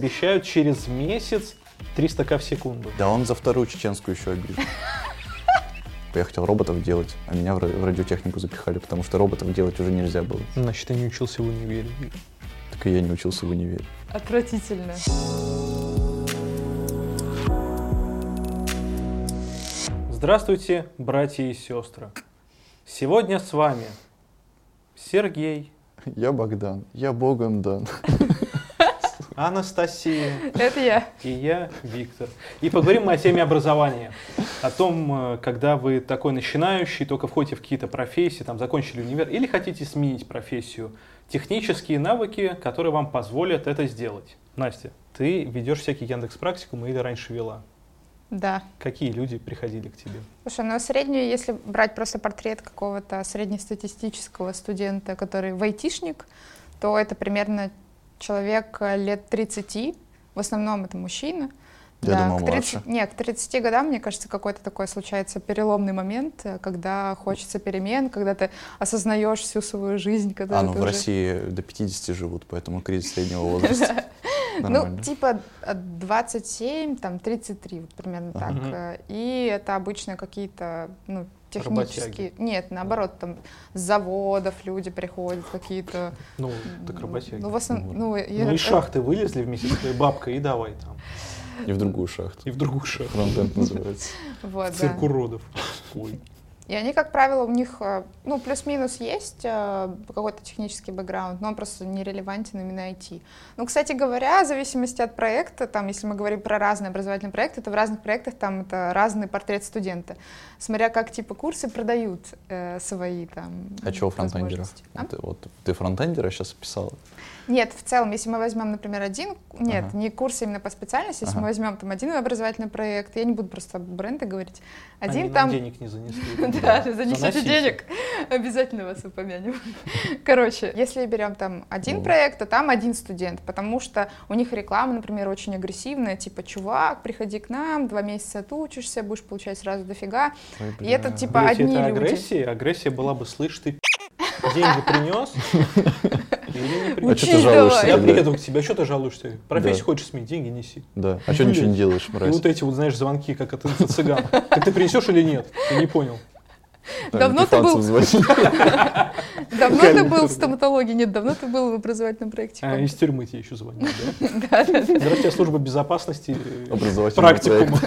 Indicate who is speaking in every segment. Speaker 1: Обещают через месяц 300к в секунду.
Speaker 2: Да он за вторую чеченскую еще обидел. Я хотел роботов делать, а меня в ра- в радиотехнику запихали, потому что роботов делать уже нельзя было.
Speaker 1: Значит, я не учился в универе.
Speaker 2: Так и я не учился в универе.
Speaker 3: Отвратительно.
Speaker 1: Здравствуйте, братья и сестры. Сегодня с вами Сергей,
Speaker 2: Я Богдан, я Богом дан.
Speaker 1: Анастасия
Speaker 3: Это я.
Speaker 1: и я, Виктор. И поговорим мы о теме образования. О том, э, когда вы такой начинающий, только входите в какие-то профессии, там, закончили универ, или хотите сменить профессию. Технические навыки, которые вам позволят это сделать. Настя, ты ведешь всякие Яндекс практикумы или раньше вела?
Speaker 3: Да.
Speaker 1: Какие люди приходили к тебе?
Speaker 3: Слушай, ну среднюю, если брать просто портрет какого-то среднестатистического студента, который в айтишник, то это примерно человек э, лет 30, в основном это мужчина.
Speaker 2: Я думал,
Speaker 3: к
Speaker 2: младше.
Speaker 3: не, к 30 годам, мне кажется, какой-то такой случается переломный момент, э, когда хочется перемен, когда ты осознаешь всю свою жизнь. Когда
Speaker 2: А, ну
Speaker 3: ты
Speaker 2: в
Speaker 3: уже-
Speaker 2: России до 50 живут, поэтому кризис среднего возраста.
Speaker 3: Ну,
Speaker 2: Нормально.
Speaker 3: типа от 27, там 33, вот примерно так.
Speaker 1: Мгм.
Speaker 3: Э, И это обычно какие-то, ну, технические.
Speaker 1: Работяги.
Speaker 3: Нет, наоборот, там с заводов люди приходят, какие-то.
Speaker 1: Ну, так работяги.
Speaker 3: Ну, в основном, ну, я-
Speaker 1: Ну,
Speaker 3: э,
Speaker 1: из шахты вылезли вместе с твоей бабкой и давай там.
Speaker 2: И в другую шахту.
Speaker 1: И в другую шахту.
Speaker 2: Фронтенд называется.
Speaker 3: Вот, да.
Speaker 1: Цирк уродов. Ой.
Speaker 3: И они, как правило, у них, э, ну, плюс-минус есть э, какой-то технический бэкграунд, но он просто нерелевантен именно IT. Ну, кстати говоря, в зависимости от проекта, там, если мы говорим про разные образовательные проекты, то в разных проектах там это разный портрет студента, смотря как, типа, курсы продают э, свои там
Speaker 2: А чего фронтендеров?
Speaker 3: возможности. А?
Speaker 2: Ты- Вот ты фронтендера сейчас писал?
Speaker 3: Нет, в целом, если мы возьмем, например, один, нет,
Speaker 2: Ага.
Speaker 3: не курсы именно по специальности, если
Speaker 2: Ага.
Speaker 3: мы возьмем там один образовательный проект, я не буду просто бренды говорить, один
Speaker 1: Они нам
Speaker 3: там...
Speaker 1: денег не занесли.
Speaker 3: Да, занесите
Speaker 1: Заносите.
Speaker 3: денег, обязательно вас упомянем. Короче, если берем там один
Speaker 2: Ну.
Speaker 3: проект, то там один студент, потому что у них реклама, например, очень агрессивная, типа, чувак, приходи к нам, два месяца отучишься, будешь получать сразу дофига.
Speaker 2: Ой,
Speaker 3: И
Speaker 2: бля.
Speaker 3: это типа
Speaker 1: Блядь,
Speaker 3: одни
Speaker 1: это
Speaker 3: люди.
Speaker 1: агрессия. Агрессия была бы, слышь, ты деньги принес? Или не
Speaker 2: А
Speaker 1: принес?
Speaker 2: что
Speaker 3: Учись
Speaker 2: ты жалуешься?
Speaker 3: давай.
Speaker 1: Я
Speaker 2: тогда?
Speaker 1: приеду к тебе, а что ты жалуешься? Профессию
Speaker 2: Да.
Speaker 1: хочешь сменить, деньги неси.
Speaker 2: Да. А что ничего не делаешь,
Speaker 1: И
Speaker 2: мразь?
Speaker 1: вот эти вот, знаешь, звонки, как от инфо-цыган. Так ты принесешь или нет? Я не понял.
Speaker 2: Там
Speaker 3: давно ты
Speaker 2: пифанцев
Speaker 3: был?
Speaker 2: звонит.
Speaker 3: Давно ты был
Speaker 1: Конечно.
Speaker 3: в стоматологии? Нет, давно ты был в образовательном проекте?
Speaker 1: А,
Speaker 3: каком-то?
Speaker 1: из тюрьмы тебе еще звонят, да?
Speaker 3: Да, да, да.
Speaker 1: Здравствуйте, служба безопасности. э,
Speaker 2: Образовательный
Speaker 1: Практикума.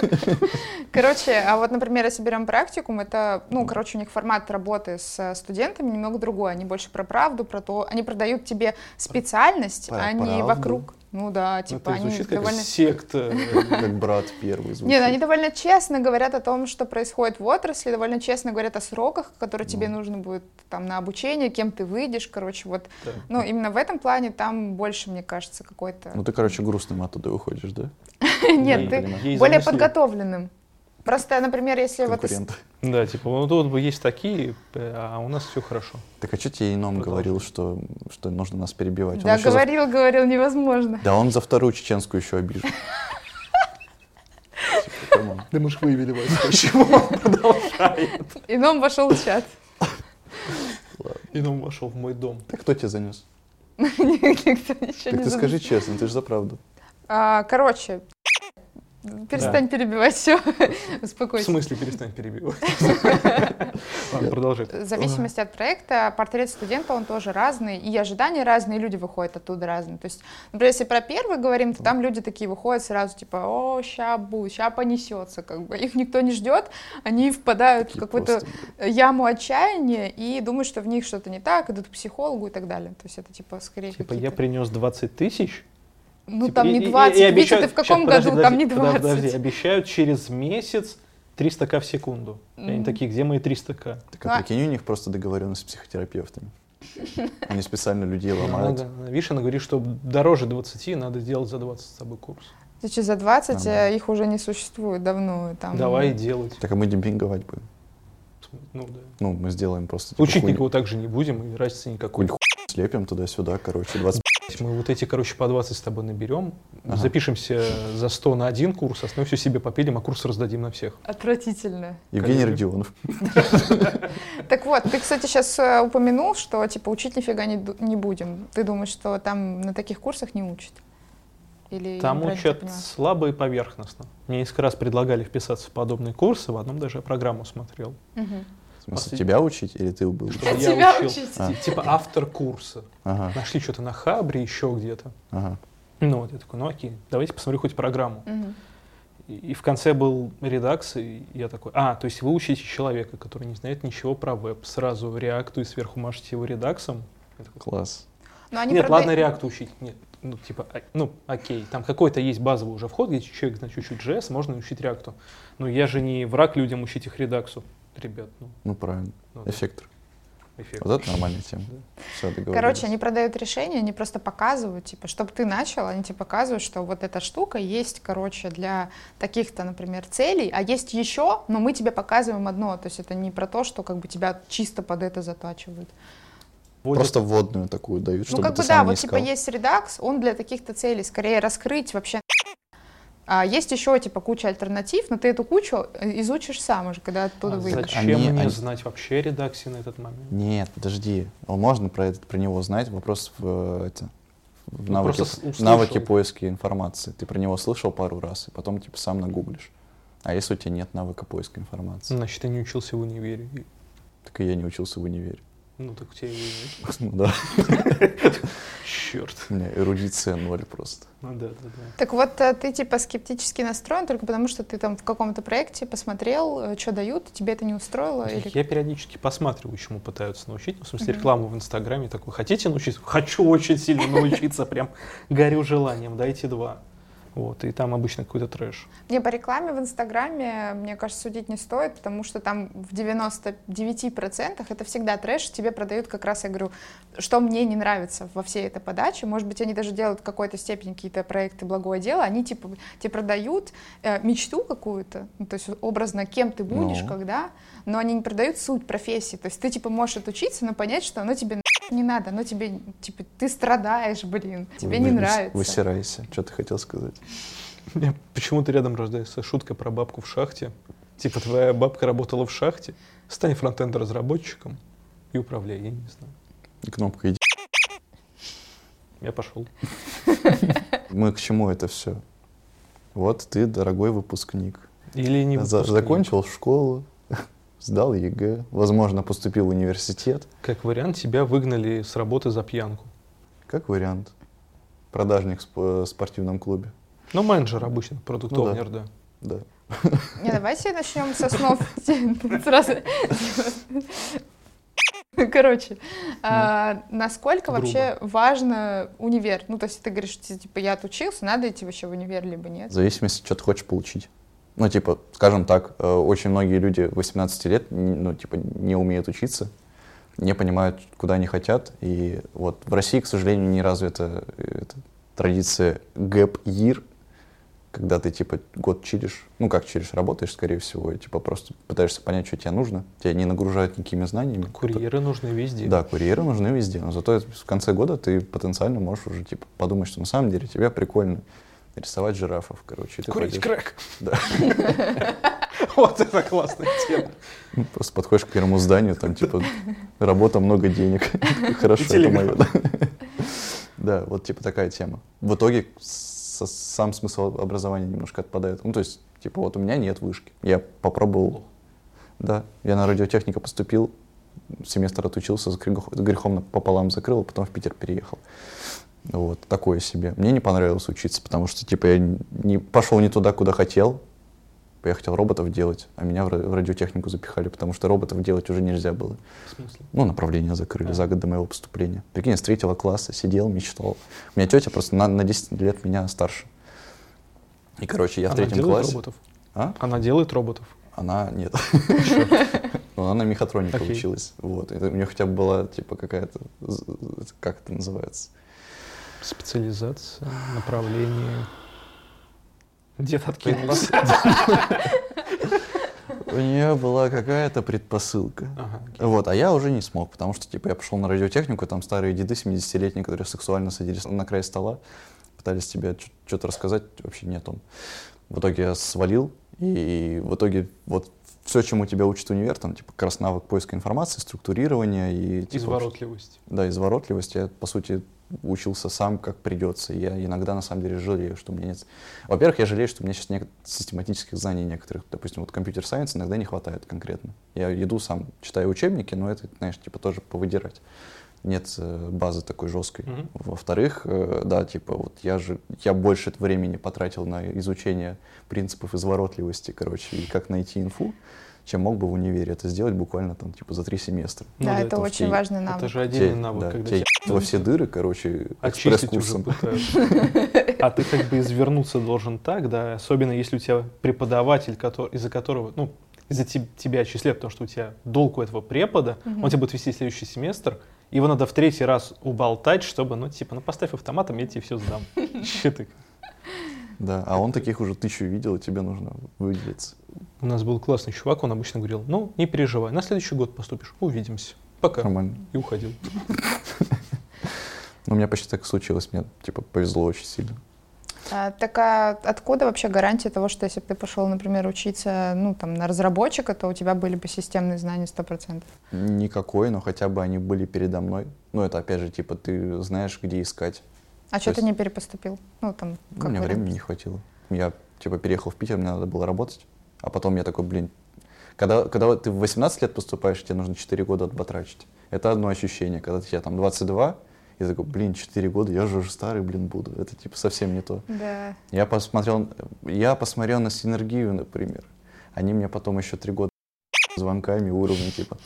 Speaker 3: Короче, а вот, например, если берем практикум, это, ну, короче, у них формат работы с э, студентами немного другой. Они больше про правду, про то, они продают тебе специальность,
Speaker 2: Про
Speaker 3: а не
Speaker 2: правду?
Speaker 3: вокруг. Ну да,
Speaker 1: Ну, Это
Speaker 3: типа они
Speaker 1: звучит как
Speaker 3: довольно...
Speaker 1: секта. э,
Speaker 2: Как брат первый звучит.
Speaker 3: Нет, ну они довольно честно говорят о том, что происходит в отрасли, довольно честно говорят о сроках, которые тебе
Speaker 2: Ну.
Speaker 3: нужно будет там на обучение, кем ты выйдешь, короче, вот.
Speaker 1: Да.
Speaker 3: Ну, именно в этом плане там больше, мне кажется, какой-то...
Speaker 2: Ну ты, короче, грустным оттуда выходишь, да?
Speaker 1: Ей-
Speaker 3: Нет, ты
Speaker 1: ей
Speaker 3: более
Speaker 1: занесли.
Speaker 3: подготовленным. Просто, например, если вот... из-
Speaker 2: Конкурент.
Speaker 1: Да, типа, ну тут бы есть такие, э, а у нас все хорошо.
Speaker 2: Так а что тебе ином
Speaker 1: Продолжай.
Speaker 2: говорил, что, что нужно нас перебивать? Он
Speaker 3: Да,
Speaker 2: еще за-
Speaker 3: говорил, говорил, невозможно.
Speaker 2: Да он за вторую чеченскую еще обижен. Типа, камон.
Speaker 1: Да мы же вывели вас. Почему он продолжает?
Speaker 3: И нам вошел в чат.
Speaker 1: И он вошел в мой дом.
Speaker 2: Так кто тебе занес?
Speaker 3: Никто ничего
Speaker 2: Так
Speaker 3: не
Speaker 2: ты скажи
Speaker 3: задумал.
Speaker 2: честно, ты же за правду.
Speaker 3: А, Короче, перестань перебивать все.
Speaker 1: В
Speaker 3: Успокойся.
Speaker 1: смысле перестань перебивать? Ладно, продолжай.
Speaker 3: В зависимости от проекта, портрет студента, он тоже разный, и ожидания разные, и люди выходят оттуда разные. То есть, например, если про первый говорим, то там люди такие выходят сразу, типа, о, ща будет, ща понесется, как бы. Их никто не ждет, они впадают в
Speaker 2: Такие
Speaker 3: какую-то
Speaker 2: просто, блядь.
Speaker 3: яму отчаяния и думают, что в них что-то не так, идут к психологу и так далее. То есть это, типа, скорее
Speaker 1: Типа,
Speaker 3: какие-то-
Speaker 1: я принес 20 тысяч.
Speaker 3: Ну,
Speaker 1: типа,
Speaker 3: там
Speaker 1: и-
Speaker 3: не
Speaker 1: и- и
Speaker 3: 20. Витя,
Speaker 1: обещают-
Speaker 3: ты в
Speaker 1: Щас,
Speaker 3: каком
Speaker 1: подожди,
Speaker 3: году? там
Speaker 1: подожди,
Speaker 3: не 20.
Speaker 1: Подожди, обещают через месяц 300к в секунду. И они
Speaker 3: Мгм.
Speaker 1: такие, где мои 300к?
Speaker 2: Так а прикинь, у них просто договоренность с психотерапевтами. Они специально людей ломают.
Speaker 1: Надо- Видишь, она говорит, что дороже 20, надо делать за 20 с собой курс.
Speaker 3: Ты что, за 20 э,
Speaker 2: Нормально.
Speaker 3: их уже не существует давно. Там.
Speaker 1: Давай делать.
Speaker 2: Так а мы демпинговать будем.
Speaker 1: Ну, да.
Speaker 2: Ну, мы сделаем просто... типа,
Speaker 1: Учить
Speaker 2: хуйню.
Speaker 1: никого также не будем, и разницы никакой.
Speaker 2: Какую-нибудь хуйню слепим туда-сюда, короче, 20
Speaker 1: Давайте Мы вот эти, короче, по 20 с тобой наберем,
Speaker 2: Ага.
Speaker 1: запишемся за 100 на один курс, остальное все себе попилим, а курс раздадим на всех.
Speaker 3: Отвратительно.
Speaker 2: Евгений
Speaker 1: Конечно.
Speaker 2: Родионов.
Speaker 3: Так вот, ты, кстати, сейчас упомянул, что типа учить нифига не, ду- не будем. Ты думаешь, что там на таких курсах не учат? Или я
Speaker 1: Там
Speaker 3: неправильно тебя
Speaker 1: учат
Speaker 3: поняла?
Speaker 1: слабо и поверхностно. Мне несколько раз предлагали вписаться в подобные курсы, в одном даже я программу смотрел.
Speaker 3: Мгм.
Speaker 2: В смысле,
Speaker 1: Послед-
Speaker 2: тебя учить или ты был?
Speaker 1: Чтобы я
Speaker 4: Тебя
Speaker 1: учил.
Speaker 4: учить.
Speaker 2: А.
Speaker 1: Ти- Типа автор курса.
Speaker 2: Ага,
Speaker 1: Нашли что-то на Хабре, еще где-то.
Speaker 2: ага.
Speaker 1: Ну вот, я такой, ну окей, давайте посмотрю хоть программу.
Speaker 3: Мгм.
Speaker 1: И, и в конце был редакс, и я такой, а, то есть вы учите человека, который не знает ничего про веб, сразу реакту и сверху машете его редаксом. Я такой,
Speaker 2: Класс.
Speaker 3: Но Ну, они
Speaker 1: Нет,
Speaker 3: правда-
Speaker 1: ладно реакт учить. Нет, ну, типа, а- ну, окей, там какой-то есть базовый уже вход, где человек знает чуть-чуть JS, можно учить реакту. Но я же не враг людям учить их редаксу. Ребят, ну,
Speaker 2: Ну, правильно.
Speaker 1: ну, да,
Speaker 2: Эффектор.
Speaker 1: эффект.
Speaker 2: Вот это нормальная тема. Все, договорились.
Speaker 3: Короче, они продают решения, они просто показывают, типа, чтобы ты начал, они тебе показывают, что вот эта штука есть, короче, для таких-то, например, целей, а есть еще, но мы тебе показываем одно, то есть это не про то, что как бы тебя чисто под это затачивают.
Speaker 1: Вводят-
Speaker 2: Просто вводную такую дают, чтобы
Speaker 3: ну, как
Speaker 2: ты
Speaker 3: бы да,
Speaker 2: сам не
Speaker 3: вот
Speaker 2: искал.
Speaker 3: типа есть редакс, он для таких-то целей, скорее раскрыть вообще. А есть еще типа куча альтернатив, но ты эту кучу э, изучишь сам уже, когда оттуда
Speaker 1: А
Speaker 3: выйдешь.
Speaker 1: Зачем
Speaker 2: Они-
Speaker 1: мне
Speaker 2: они-
Speaker 1: знать вообще редакции на этот момент?
Speaker 2: Нет, подожди. Ну, Можно про, этот, про него знать? Вопрос в, э, это, в
Speaker 1: Ну,
Speaker 2: навыке,
Speaker 1: просто с-
Speaker 2: в навыке
Speaker 1: услышал.
Speaker 2: поиска информации. Ты про него слышал пару раз, и потом типа сам нагуглишь. А если у тебя нет навыка поиска информации?
Speaker 1: Значит, я не учился в универе. И-
Speaker 2: Так и я не учился в универе.
Speaker 1: Ну, так у тебя и нет.
Speaker 2: Ну да,
Speaker 1: Черт.
Speaker 2: у меня эрудиция ноль просто.
Speaker 1: Ну да, да, да.
Speaker 3: Так вот, э, ты типа скептически настроен только потому, что ты там в каком-то проекте посмотрел, что дают, тебе это не устроило? Или...
Speaker 1: А, Я периодически посматриваю, чему пытаются научить. Ну, в смысле,
Speaker 3: Мгм.
Speaker 1: рекламу в Инстаграме такой. Хотите научиться? Хочу очень сильно научиться. Прям горю желанием. Дайте два. Вот, и там обычно какой-то трэш.
Speaker 3: Не, по рекламе в Инстаграме, мне кажется, судить не стоит, потому что там в 99% это всегда трэш, тебе продают как раз, я говорю, что мне не нравится во всей этой подаче, может быть, они даже делают в какой-то степени какие-то проекты благое дело, они типа тебе продают э, мечту какую-то, ну, то есть образно, кем ты будешь,
Speaker 2: Ну.
Speaker 3: когда, но они не продают суть профессии, то есть ты типа можешь отучиться, но понять, что оно тебе нахер не надо, оно тебе, типа, ты страдаешь, блин, тебе не
Speaker 2: Вы-
Speaker 3: нравится.
Speaker 2: Высирайся. Что ты хотел сказать?
Speaker 1: Мне почему-то рядом рождается шутка про бабку в шахте. Типа, твоя бабка работала в шахте. Стань фронтенд-разработчиком и управляй, я не знаю.
Speaker 2: Кнопка иди.
Speaker 1: Я пошел.
Speaker 2: Мы к чему это все? Вот ты, дорогой выпускник.
Speaker 1: Или не
Speaker 2: За-
Speaker 1: выпускник.
Speaker 2: закончил школу, сдал ЕГЭ, возможно, поступил в университет.
Speaker 1: Как вариант, тебя выгнали с работы за пьянку.
Speaker 2: Как вариант. Продажник в сп- спортивном клубе.
Speaker 1: Ну, менеджер обычно, продукт
Speaker 2: Ну да.
Speaker 1: овнер, да.
Speaker 2: Да.
Speaker 3: Не, давайте начнем со снов сразу. Короче, а, насколько
Speaker 1: Грубо.
Speaker 3: вообще важно универ? Ну, то есть ты говоришь, ти- типа, я отучился, надо идти вообще в универ, либо
Speaker 2: В
Speaker 3: нет?
Speaker 2: зависимости, что ты хочешь получить. Ну, типа, скажем так, э, очень многие люди 18 лет, н- ну, типа, не умеют учиться, не понимают, куда они хотят. И вот в России, к сожалению, не развита э, эта традиция gap year, когда ты, типа, год чилишь, ну, как чилишь, работаешь, скорее всего, и, типа, просто пытаешься понять, что тебе нужно. Тебя не нагружают никакими знаниями.
Speaker 1: Курьеры нужны везде.
Speaker 2: Да, курьеры нужны везде, но зато в конце года ты потенциально можешь уже типа подумать, что на самом деле тебе прикольно рисовать жирафов, короче. и ты
Speaker 1: Курить
Speaker 2: пойдёшь.
Speaker 1: крэк.
Speaker 2: Да.
Speaker 1: Вот это классная тема.
Speaker 2: Ну, Просто подходишь к первому зданию, там типа работа, много денег. Хорошо,
Speaker 1: И
Speaker 2: это
Speaker 1: телеграм.
Speaker 2: мое. Да, вот типа такая тема. В итоге со- сам смысл образования немножко отпадает. Ну, то есть, типа, вот у меня нет вышки. Я попробовал. Да, я на радиотехника поступил, семестр отучился, с грехо- грехом пополам закрыл, а потом в Питер переехал. Вот, такое себе. Мне не понравилось учиться, потому что, типа, я не, пошел не туда, куда хотел. типа, Я хотел роботов делать, а меня в ра- в радиотехнику запихали, потому что роботов делать уже нельзя было.
Speaker 1: В смысле?
Speaker 2: Ну, направление закрыли
Speaker 1: А.
Speaker 2: за год до моего поступления. Прикинь, я с третьего класса сидел, мечтал. У меня тетя просто на, на 10 лет меня старше. И, короче, я в
Speaker 1: Она
Speaker 2: третьем
Speaker 1: делает
Speaker 2: классе...
Speaker 1: роботов?
Speaker 2: А?
Speaker 1: Она делает роботов.
Speaker 2: Она нет. Но она на мехатронике
Speaker 1: Окей.
Speaker 2: училась. Вот. И у нее хотя бы была, типа, какая-то... з- з- Как это называется?
Speaker 1: Специализация, направление. Дед откинулся.
Speaker 2: Предпосылка. У нее была какая-то предпосылка.
Speaker 1: Ага.
Speaker 2: Вот, а я уже не смог, потому что, типа, я пошел на радиотехнику, там старые деды 70-летние, которые сексуально садились на край стола, пытались тебе что-то рассказать, вообще не о том. В итоге я свалил, и в итоге вот все, чему тебя учит универ, там, типа, как раз навык поиска информации, структурирования и... типа,
Speaker 1: Изворотливость.
Speaker 2: Да, изворотливость. Я, по сути, учился сам, как придется. Я иногда, на самом деле, жалею, что у меня нет... Во-первых, я жалею, что у меня сейчас нет систематических знаний некоторых. Допустим, вот компьютер-сайенс иногда не хватает конкретно. Я иду сам, читаю учебники, но это, знаешь, типа тоже повыдирать нет э, базы такой жесткой.
Speaker 1: Мгм.
Speaker 2: Во-вторых, э, да, типа вот я же я больше времени потратил на изучение принципов изворотливости, короче, и как найти инфу, чем мог бы в универе это сделать буквально там типа за три семестра.
Speaker 1: Ну
Speaker 3: да,
Speaker 1: да,
Speaker 3: это
Speaker 1: это
Speaker 3: очень
Speaker 2: окей.
Speaker 3: важный
Speaker 1: Это
Speaker 3: навык.
Speaker 1: же отдельный
Speaker 2: Те-
Speaker 1: навык,
Speaker 2: да,
Speaker 1: когда
Speaker 2: те
Speaker 1: тебя
Speaker 2: во все дыры, короче,
Speaker 1: очистить уже
Speaker 2: экспресс-курсом.
Speaker 1: пытаются. А ты как бы извернуться должен так, да, особенно если у тебя преподаватель, котор- из-за которого, ну, из-за те- тебя отчисляют, потому что у тебя долг у этого препода,
Speaker 3: Мгм.
Speaker 1: он тебя будет вести следующий семестр, его надо в третий раз уболтать, чтобы, ну, типа, ну, поставь автоматом, я тебе все сдам. Че ты?
Speaker 2: Да, а он таких уже тысячу видел, и тебе нужно выделиться.
Speaker 1: У нас был классный чувак, он обычно говорил, ну, не переживай, на следующий год поступишь, увидимся. Пока.
Speaker 2: Нормально.
Speaker 1: И уходил.
Speaker 2: Ну, у меня почти так случилось, мне типа повезло очень сильно.
Speaker 3: А, Так а откуда вообще гарантия того, что если бы ты пошел, например, учиться ну, там, на разработчика, то у тебя были бы системные знания 100%?
Speaker 2: Никакой, но хотя бы они были передо мной. Ну, это опять же, типа, ты знаешь, где искать.
Speaker 3: А что ты
Speaker 2: есть-
Speaker 3: не перепоступил? Ну, там,
Speaker 2: Ну,
Speaker 3: как
Speaker 2: у меня
Speaker 3: вариант.
Speaker 2: времени не хватило. Я, типа, переехал в Питер, мне надо было работать. А потом я такой, блин, когда, когда вот ты в 18 лет поступаешь, тебе нужно 4 года отбатрачить. Это одно ощущение. Когда тебе там 22, и такой, блин, 4 года, я же уже старый, блин, буду. Это, типа, совсем не то.
Speaker 3: Да.
Speaker 2: Я посмотрел, я посмотрел на синергию, например. Они мне потом еще три года звонками уровня типа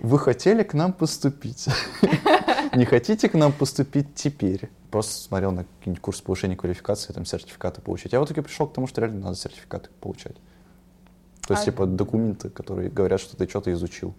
Speaker 2: «Вы хотели к нам поступить? Не хотите к нам поступить теперь?» Просто смотрел на какие-нибудь курсы повышения квалификации, там сертификаты получать. Я в итоге пришел к тому, что реально надо сертификаты получать. То есть,
Speaker 3: А-
Speaker 2: типа, документы, которые говорят, что ты что-то изучил.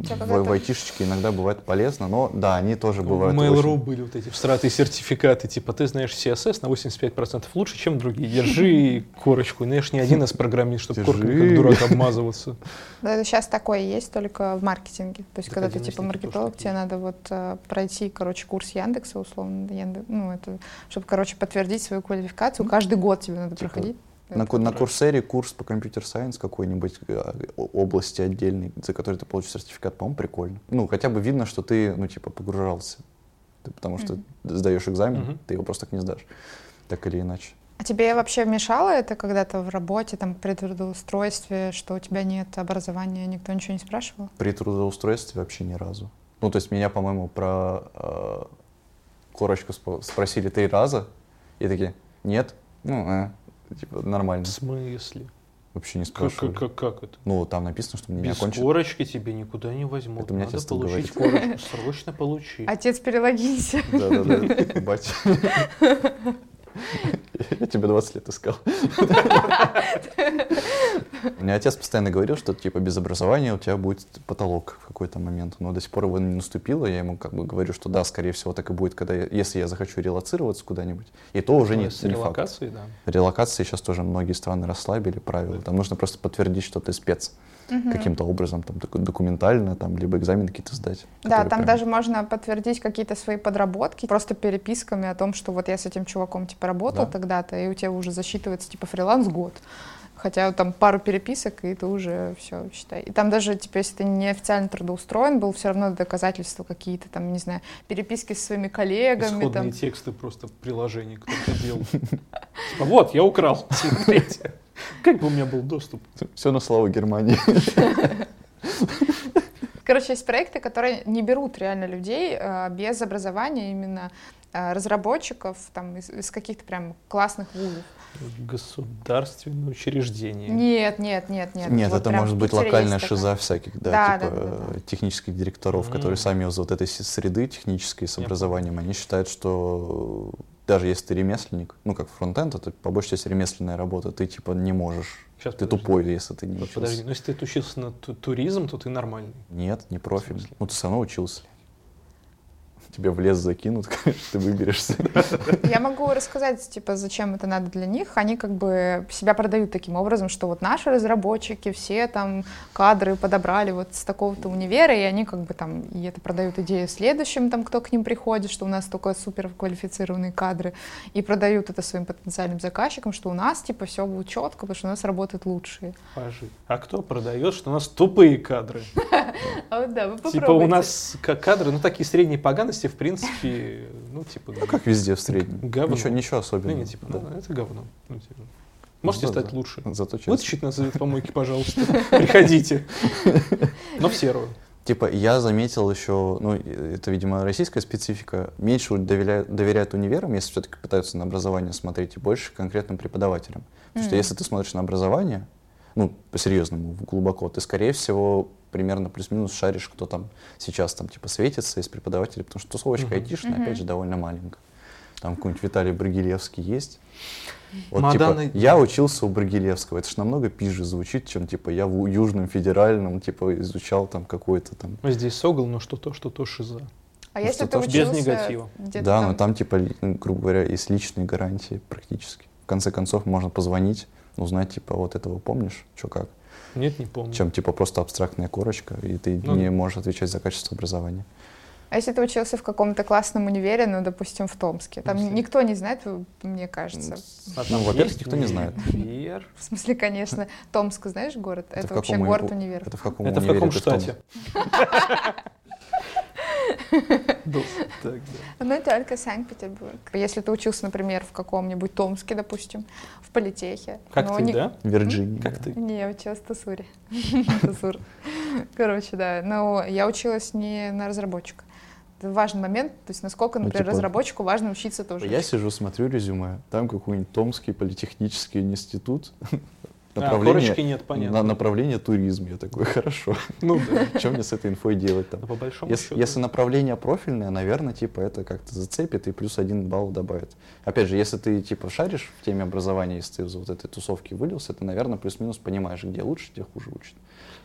Speaker 3: У тебя
Speaker 2: В,
Speaker 3: какая-то-
Speaker 2: в айтишечке иногда бывает полезно, но да, они тоже
Speaker 1: В
Speaker 2: бывают
Speaker 1: Mail.ru
Speaker 2: Ну, очень-
Speaker 1: были вот эти всратые сертификаты, типа ты знаешь CSS на 85% лучше, чем другие. Держи корочку. Знаешь, ни один из программистов, чтобы коркой как
Speaker 2: Держи.
Speaker 1: дурак обмазываться.
Speaker 3: Да, это сейчас такое есть, только в маркетинге. То есть,
Speaker 1: Так
Speaker 3: когда ты
Speaker 1: одиннадцатники
Speaker 3: типа
Speaker 1: тоже
Speaker 3: маркетолог,
Speaker 1: такие.
Speaker 3: тебе надо вот э, пройти, короче, курс Яндекса, условно, Яндекс, ну, это, чтобы, короче, подтвердить свою квалификацию. Каждый год тебе надо
Speaker 2: Типа,
Speaker 3: проходить.
Speaker 2: На,
Speaker 3: Это-
Speaker 2: ку- на Курсере курс по компьютер-сайенс какой-нибудь э, о- области отдельной, за который ты получишь сертификат, по-моему, прикольно. Ну, хотя бы видно, что ты, ну, типа, погружался. Ты потому что
Speaker 3: Мгм.
Speaker 2: сдаешь экзамен,
Speaker 1: Мгм.
Speaker 2: ты его просто так не сдашь. Так или иначе.
Speaker 3: А тебе вообще мешало это когда-то в работе, там, при трудоустройстве, что у тебя нет образования, никто ничего не спрашивал?
Speaker 2: При трудоустройстве вообще ни разу. Ну, то есть меня, по-моему, про э, корочку спо- спросили три раза, и такие, нет, ну, э, типа, нормально.
Speaker 1: В смысле?
Speaker 2: Вообще не
Speaker 1: Как, как,
Speaker 2: спрашивали.
Speaker 1: как, как это?
Speaker 2: Ну, там написано, что у меня
Speaker 1: Без
Speaker 2: окончен.
Speaker 1: корочки тебе никуда не возьмут.
Speaker 2: Это у меня
Speaker 1: Надо
Speaker 2: отец так
Speaker 1: получить корочку. Срочно получи.
Speaker 3: Отец, перелогинься.
Speaker 2: Да-да-да, бать. Я тебя 20 лет искал. Мне отец постоянно говорил, что типа без образования у тебя будет потолок в какой-то момент. Но до сих пор его не наступило. Я ему как бы говорю, что да, скорее всего, так и будет, когда я- если я захочу релацироваться куда-нибудь. И то уже
Speaker 1: Ну,
Speaker 2: не,
Speaker 1: с
Speaker 2: не факт.
Speaker 1: релокацией, да.
Speaker 2: Релокации сейчас тоже многие страны расслабили правила. Там нужно просто подтвердить, что ты спец каким-то образом, там доку- документально, там либо экзамен какие-то сдать.
Speaker 3: Да,
Speaker 2: которые
Speaker 3: там
Speaker 2: прям-
Speaker 3: даже можно подтвердить какие-то свои подработки просто переписками о том, что вот я с этим чуваком типа работал
Speaker 2: Да.
Speaker 3: тогда-то, и у тебя уже засчитывается типа фриланс год. Хотя там пару переписок, и ты уже все считай. И там даже, типа, если ты неофициально трудоустроен, был все равно доказательства какие-то, там, не знаю, переписки со своими коллегами.
Speaker 1: Исходные
Speaker 3: там.
Speaker 1: тексты просто приложений кто-то делал. Типа, вот, я украл. Смотрите. Как бы у меня был доступ?
Speaker 2: Все на славу Германии.
Speaker 3: Короче, есть проекты, которые не берут реально людей э, без образования именно э, разработчиков там из, из каких-то прям классных вузов.
Speaker 1: Государственное учреждение.
Speaker 3: Нет, нет, нет, нет.
Speaker 2: Нет,
Speaker 3: Вот
Speaker 2: это
Speaker 3: прям
Speaker 2: может
Speaker 3: в
Speaker 2: быть
Speaker 3: Питере есть
Speaker 2: локальная
Speaker 3: такая.
Speaker 2: шиза всяких, да,
Speaker 3: Да,
Speaker 2: типа
Speaker 3: да, да, да.
Speaker 2: э, технических директоров,
Speaker 1: М.
Speaker 2: которые сами из вот этой с- среды технической с
Speaker 1: Я
Speaker 2: образованием, они считают, что э, даже если ты ремесленник, ну как фронтенд, это по большей части ремесленная работа, ты типа не можешь.
Speaker 1: Сейчас,
Speaker 2: Ты
Speaker 1: подожди.
Speaker 2: тупой, если ты не
Speaker 1: Вот
Speaker 2: учился.
Speaker 1: Подожди, ну если ты учился на ту- туризм, то ты нормальный.
Speaker 2: Нет, не профиль.
Speaker 1: В смысле?
Speaker 2: Ну ты все равно учился. Тебя в лес закинут, конечно, ты выберешься.
Speaker 3: Я могу рассказать, типа, зачем это надо для них. Они как бы себя продают таким образом, что вот наши разработчики все там кадры подобрали вот с такого-то универа, и они как бы там, и это продают идею следующим, там, кто к ним приходит, что у нас только супер квалифицированные кадры, и продают это своим потенциальным заказчикам, что у нас, типа, все будет четко, потому что у нас работают лучшие.
Speaker 1: Пажи. А кто продает, что у нас тупые кадры?
Speaker 3: А вот да, вы
Speaker 1: Типа у нас к- кадры, ну такие средней поганости, в принципе, ну, Ну, типа,
Speaker 2: Ну, как везде в среднем.
Speaker 1: Говно.
Speaker 2: Ничего, ничего
Speaker 1: ну,
Speaker 2: особенного.
Speaker 1: не, типа,
Speaker 2: Да.
Speaker 1: ну, это говно. Ну, типа. Можете
Speaker 2: да,
Speaker 1: стать
Speaker 2: да.
Speaker 1: лучше.
Speaker 2: Зато честно.
Speaker 1: Вытащите нас из этой помойки, пожалуйста. Приходите. Но в серую.
Speaker 2: Типа, я заметил еще, ну, э, это, видимо, российская специфика, меньше доверяют, доверяют универам, если все-таки пытаются на образование смотреть, и больше конкретным преподавателям. Потому что
Speaker 3: Мгм.
Speaker 2: если ты смотришь на образование, ну, по-серьезному, в- глубоко, ты, скорее всего, примерно плюс-минус шаришь, кто там сейчас там, типа, светится из преподавателей, потому что тусовочка
Speaker 1: Мгм.
Speaker 2: айтишная,
Speaker 3: Мгм.
Speaker 2: опять же, довольно маленькая. Там какой-нибудь Виталий Брагилевский есть. Вот,
Speaker 1: Мадана-
Speaker 2: типа, я учился у Брагилевского. Это ж намного пизже звучит, чем, типа, я в Южном федеральном, типа, изучал там какой-то там
Speaker 1: Ну, Здесь согл, но что то, что то шиза.
Speaker 3: А
Speaker 2: Ну,
Speaker 3: если
Speaker 2: что
Speaker 3: ты
Speaker 2: тоже-
Speaker 1: Без
Speaker 3: учился
Speaker 1: негатива.
Speaker 3: где-то
Speaker 2: да,
Speaker 3: там-
Speaker 2: но там, типа, ли- ну, грубо говоря, есть личные гарантии практически. В конце концов, можно позвонить, узнать, типа, вот этого помнишь, что как.
Speaker 1: Нет, не помню.
Speaker 2: Чем, типа, просто абстрактная корочка, и ты
Speaker 1: Ну
Speaker 2: не
Speaker 1: да.
Speaker 2: можешь отвечать за качество образования.
Speaker 3: А если ты учился в каком-то классном универе, ну, допустим, в Томске, там
Speaker 1: Если-
Speaker 3: никто не знает, мне кажется.
Speaker 1: А
Speaker 2: Ну,
Speaker 1: там
Speaker 2: во-первых,
Speaker 1: есть
Speaker 2: никто не знает.
Speaker 1: универ?
Speaker 3: В смысле, конечно, Томск, знаешь, город? Это,
Speaker 2: Это в
Speaker 3: вообще
Speaker 2: каком уни-
Speaker 3: город универ.
Speaker 2: Это в каком
Speaker 1: Это в
Speaker 2: универе
Speaker 1: каком
Speaker 2: ты том?
Speaker 1: штате? Да, так, да.
Speaker 3: Ну, только Санкт-Петербург. Если ты учился, например, в каком-нибудь Томске, допустим, в политехе.
Speaker 1: Как
Speaker 3: но
Speaker 1: ты,
Speaker 3: ни-
Speaker 1: да?
Speaker 2: Вирджиния.
Speaker 1: Как ты?
Speaker 3: Не, я училась в Тасуре. Тасур. Короче, да. Но я училась не на разработчика. Это важный момент, то есть насколько,
Speaker 2: Ну,
Speaker 3: например,
Speaker 2: типа,
Speaker 3: разработчику важно учиться тоже.
Speaker 2: Я сижу, смотрю резюме, там какой-нибудь Томский политехнический институт,
Speaker 1: А, корочки
Speaker 2: направление,
Speaker 1: нет,
Speaker 2: на,
Speaker 1: понятно.
Speaker 2: направление туризм. Я такой, хорошо,
Speaker 1: Ну да.
Speaker 2: что мне с этой инфой делать там?
Speaker 1: Но По большому
Speaker 2: Если,
Speaker 1: счету.
Speaker 2: если направление профильное, наверное, типа это как-то зацепит и плюс один балл добавит. Опять же, если ты типа шаришь в теме образования, если ты из вот этой тусовки вылился, ты, наверное, плюс-минус понимаешь, где лучше, где хуже учат.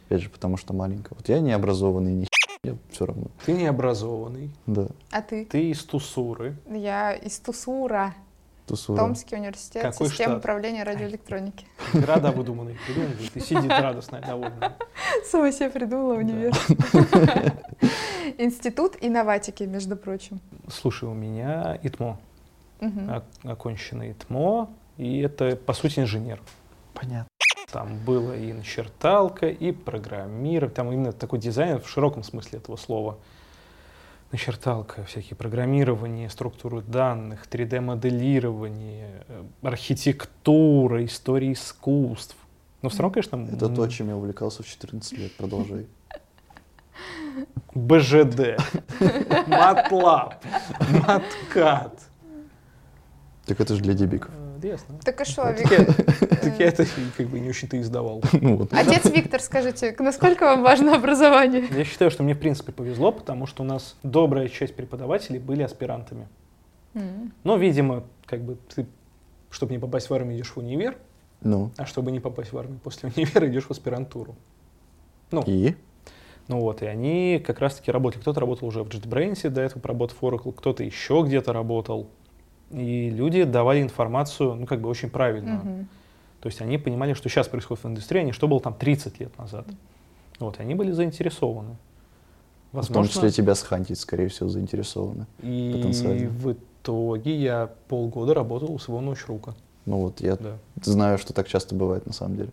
Speaker 2: Опять же, потому что маленько. Вот я не образованный, ни я все равно.
Speaker 1: Ты не образованный.
Speaker 2: Да,
Speaker 3: А ты?
Speaker 1: Ты из Тусуры.
Speaker 3: Я из Тусура,
Speaker 2: тусура.
Speaker 3: Томский университет,
Speaker 1: Какой
Speaker 3: система
Speaker 1: штат?
Speaker 3: управления радиоэлектроники.
Speaker 1: Города выдуманные. Придумал, и сидит радостная, довольная.
Speaker 3: Сама себе придумала универ. Институт инноватики, между прочим.
Speaker 1: Слушай, у меня ИТМО.
Speaker 3: Мгм.
Speaker 1: О- Оконченный ИТМО. И это, по сути, инженер.
Speaker 2: Понятно.
Speaker 1: Там было и начерталка, и программирование. Там именно такой дизайн в широком смысле этого слова. Начерталка, всякие программирование, структуры данных, 3D-моделирование, э, архитектура, история искусств. Но все равно, конечно,
Speaker 2: Это
Speaker 1: м,
Speaker 2: то, чем я увлекался в 14 лет. Продолжай.
Speaker 1: БЖД, Матлаб, Маткат.
Speaker 2: Так это же для дебиков.
Speaker 1: Э, да, ясно.
Speaker 3: Так и что,
Speaker 1: Так
Speaker 3: Виктор?
Speaker 1: я- так я это и как бы не очень-то и издавал.
Speaker 2: Ну вот.
Speaker 3: Отец Виктор, скажите, насколько вам важно образование?
Speaker 1: Я считаю, что мне в принципе повезло, потому что у нас добрая часть преподавателей были аспирантами.
Speaker 3: М.
Speaker 1: Но, видимо, как бы ты, чтобы не попасть в армию, идешь в универ,
Speaker 2: Ну.
Speaker 1: а чтобы не попасть в армию после универа, идешь в аспирантуру. Ну,
Speaker 2: И?
Speaker 1: ну вот, и они как раз-таки работали. Кто-то работал уже в JetBrains, до этого поработал в Oracle, кто-то еще где-то работал. И люди давали информацию, ну, как бы очень правильно.
Speaker 3: Мгм.
Speaker 1: То есть они понимали, что сейчас происходит в индустрии, а не что было там 30 лет назад. Вот, и они были заинтересованы.
Speaker 2: В том
Speaker 1: Возможно,
Speaker 2: числе тебя схантить, скорее всего, заинтересованы.
Speaker 1: и
Speaker 2: потенциально.
Speaker 1: в итоге я полгода работал у своего научрука.
Speaker 2: Ну вот, я
Speaker 1: Да.
Speaker 2: Знаю, что так часто бывает на самом деле.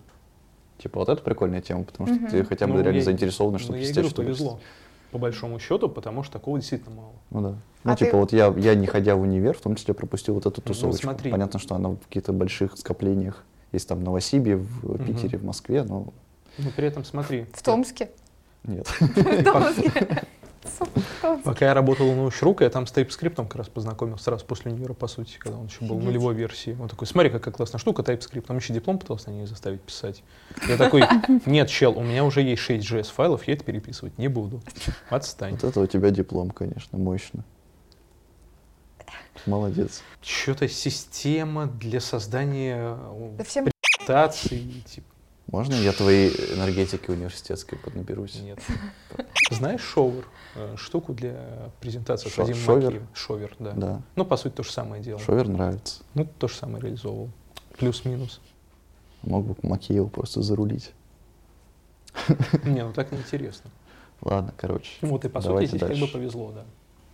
Speaker 2: Типа, вот это прикольная тема, потому что
Speaker 3: Мгм.
Speaker 2: ты хотя бы
Speaker 1: Ну,
Speaker 2: реально
Speaker 1: я-
Speaker 2: заинтересован, чтобы
Speaker 1: Ну, я и
Speaker 2: пиздец,
Speaker 1: говорю,
Speaker 2: что
Speaker 1: повезло. По большому счету, потому что такого действительно мало.
Speaker 2: Ну да. Ну,
Speaker 3: А
Speaker 2: типа,
Speaker 3: ты-
Speaker 2: вот я, я, не ходя в универ, в том числе пропустил вот эту
Speaker 1: Ну,
Speaker 2: тусовочку.
Speaker 1: смотри.
Speaker 2: Понятно, что она в каких-то больших скоплениях. Есть там в Новосибе, в
Speaker 1: Мгм.
Speaker 2: Питере, в Москве, но
Speaker 1: Но Ну, при этом смотри.
Speaker 3: В Томске?
Speaker 2: нет.
Speaker 3: В Томске. Сука, в Томске.
Speaker 1: Пока я работал у научрука, я там с TypeScript как раз познакомился сразу после универа, по сути, когда он еще был в
Speaker 3: Офигеть.
Speaker 1: нулевой версии. Он такой, смотри, какая классная штука, TypeScript. Там еще диплом пытался на ней заставить писать. Я такой, нет, чел, у меня уже есть 6 JS-файлов, я это переписывать не буду. Отстань.
Speaker 2: Вот это у тебя диплом, конечно, мощно. Молодец.
Speaker 1: Что-то система для создания
Speaker 3: Да всем
Speaker 1: презентаций, типа,
Speaker 2: Можно я твоей энергетики университетской поднаберусь?
Speaker 1: Нет. Знаешь шовер? Э, Штуку для презентации от
Speaker 2: Шо-
Speaker 1: Вадима
Speaker 2: шовер?
Speaker 1: Макеева. Шовер, да.
Speaker 2: Да.
Speaker 1: Ну, по сути, то же самое дело.
Speaker 2: Шовер нравится.
Speaker 1: Ну, то же самое реализовывал. Плюс-минус.
Speaker 2: Мог бы Макееву просто зарулить.
Speaker 1: Не, ну так неинтересно.
Speaker 2: Ладно, короче.
Speaker 1: Ну, вот и по сути
Speaker 2: давайте
Speaker 1: здесь как бы
Speaker 2: дальше.
Speaker 1: повезло, да.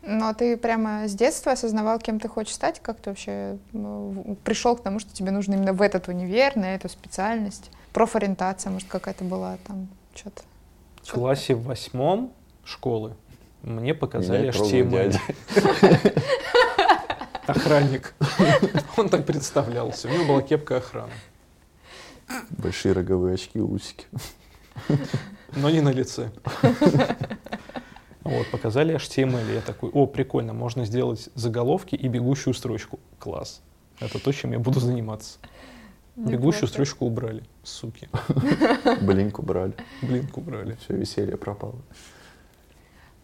Speaker 3: Но Ну, а ты прямо с детства осознавал, кем ты хочешь стать? Как ты вообще ну, в- пришел к тому, что тебе нужно именно в этот универ, на эту специальность? Профориентация, может, какая-то была там, что-то.
Speaker 1: В классе восьмом школы мне показали
Speaker 2: Меня и трогал
Speaker 1: HTML.
Speaker 2: дядя.
Speaker 1: Охранник. Он так представлялся. У него была кепка охраны.
Speaker 2: Большие роговые очки, усики.
Speaker 1: Но не на лице. Вот, показали HTML. Я такой, о, прикольно, можно сделать заголовки и бегущую строчку. Класс. Это то, чем я буду заниматься. Бегущую строчку убрали, суки.
Speaker 2: Блинк убрали.
Speaker 1: Блинк убрали.
Speaker 2: Все веселье пропало.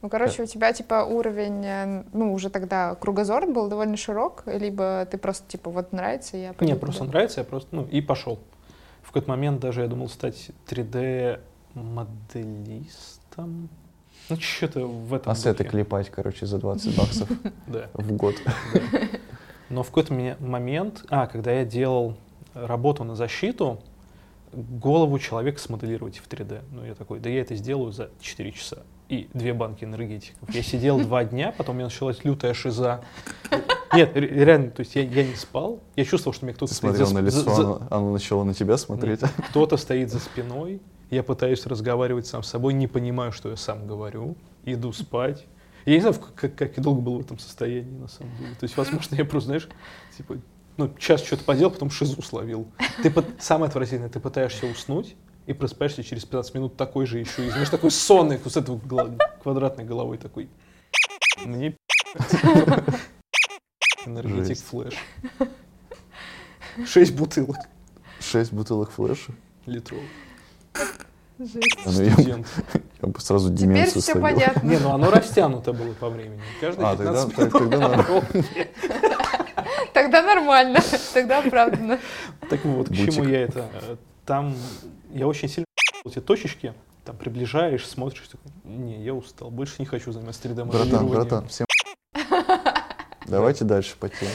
Speaker 3: Ну, короче, у тебя, типа, уровень, э, ну, уже тогда кругозор был довольно широк, либо ты просто, типа, вот нравится, я пойду
Speaker 1: Мне просто
Speaker 3: туда.
Speaker 1: нравится, я просто, ну, и пошел. В какой-то момент даже я думал стать 3D-моделистом. Ну, что-то в этом
Speaker 2: А с этой
Speaker 1: духе.
Speaker 2: клепать, короче, за 20 баксов
Speaker 1: Да.
Speaker 2: в год.
Speaker 1: Но в какой-то мне- момент, а, когда я делал работу на защиту, голову человека смоделировать в 3D. Ну, я такой, да я это сделаю за 4 часа. И две банки энергетиков. Я сидел два дня, потом у меня началась лютая шиза. Нет, ре- реально, то есть я, я не спал. Я чувствовал, что мне кто-то
Speaker 2: Ты
Speaker 1: стоит
Speaker 2: смотрел
Speaker 1: за
Speaker 2: на
Speaker 1: сп- за-
Speaker 2: лицо,
Speaker 1: за-
Speaker 2: оно- оно начало на тебя смотреть.
Speaker 1: кто-то стоит за спиной, я пытаюсь разговаривать сам с собой, не понимаю, что я сам говорю, иду спать. Я не знаю, в к- как, как я долго был в этом состоянии, на самом деле. То есть, возможно, я просто, знаешь, типа, ну, час что-то поделал, потом шизу словил. Ты, пы- самое отвратительное, ты пытаешься уснуть, и просыпаешься через 15 минут такой же еще, и, знаешь, такой сонный, вот с этой вот гла- квадратной головой такой. Мне пи***. Энергетик
Speaker 2: Жесть.
Speaker 1: флэш. Шесть бутылок
Speaker 2: Шесть бутылок флеша.
Speaker 1: литровых.
Speaker 3: Жесть.
Speaker 2: А, ну я бы-
Speaker 1: Студент.
Speaker 2: я бы сразу
Speaker 3: Теперь
Speaker 2: деменцию
Speaker 3: все
Speaker 2: словил.
Speaker 3: понятно.
Speaker 1: Не, ну оно растянуто было по времени. Каждые
Speaker 2: А,
Speaker 1: 15
Speaker 2: тогда,
Speaker 1: минут.
Speaker 2: так- тогда надо.
Speaker 3: Тогда нормально, тогда оправданно.
Speaker 1: Так вот, к чему
Speaker 2: Бутик.
Speaker 1: я это? э, Там я очень сильно эти точечки, там приближаешь, смотришь, такой, не, я устал, больше не хочу заниматься 3D
Speaker 2: Братан,
Speaker 1: моделированием.
Speaker 2: братан, всем Давайте дальше по теме.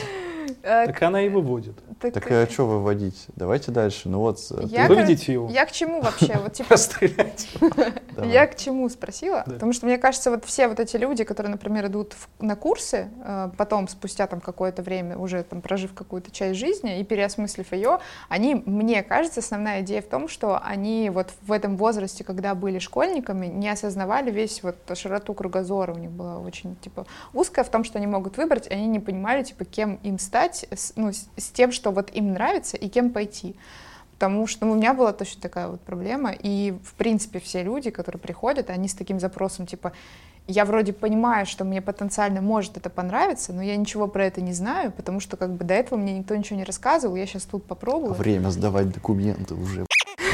Speaker 3: Э,
Speaker 1: Так она и выводит.
Speaker 3: так,
Speaker 2: Так а что выводить? Давайте дальше. Ну вот, э,
Speaker 3: Я,
Speaker 1: Вы
Speaker 3: короче,
Speaker 1: видите его?
Speaker 3: Я к чему вообще? Вот типа
Speaker 1: Расстрелять.
Speaker 2: ты давай.
Speaker 3: Я к чему спросила?
Speaker 1: Да.
Speaker 3: Потому что мне кажется, вот все вот эти люди, которые, например, идут в- на курсы, э, потом спустя там какое-то время уже там прожив какую-то часть жизни и переосмыслив ее, они, мне кажется, основная идея в том, что они вот в этом возрасте, когда были школьниками, не осознавали весь вот широту кругозора у них была очень типа узкая в том, что они могут выбрать, и они не понимали типа кем им стать, с- ну с- с тем, что вот им нравится и кем пойти. Потому что ну, у меня была точно такая вот проблема. И, в принципе, все люди, которые приходят, они с таким запросом, типа, я вроде понимаю, что мне потенциально может это понравиться, но я ничего про это не знаю, потому что как бы до этого мне никто ничего не рассказывал, я сейчас тут попробую.
Speaker 2: Время сдавать документы уже.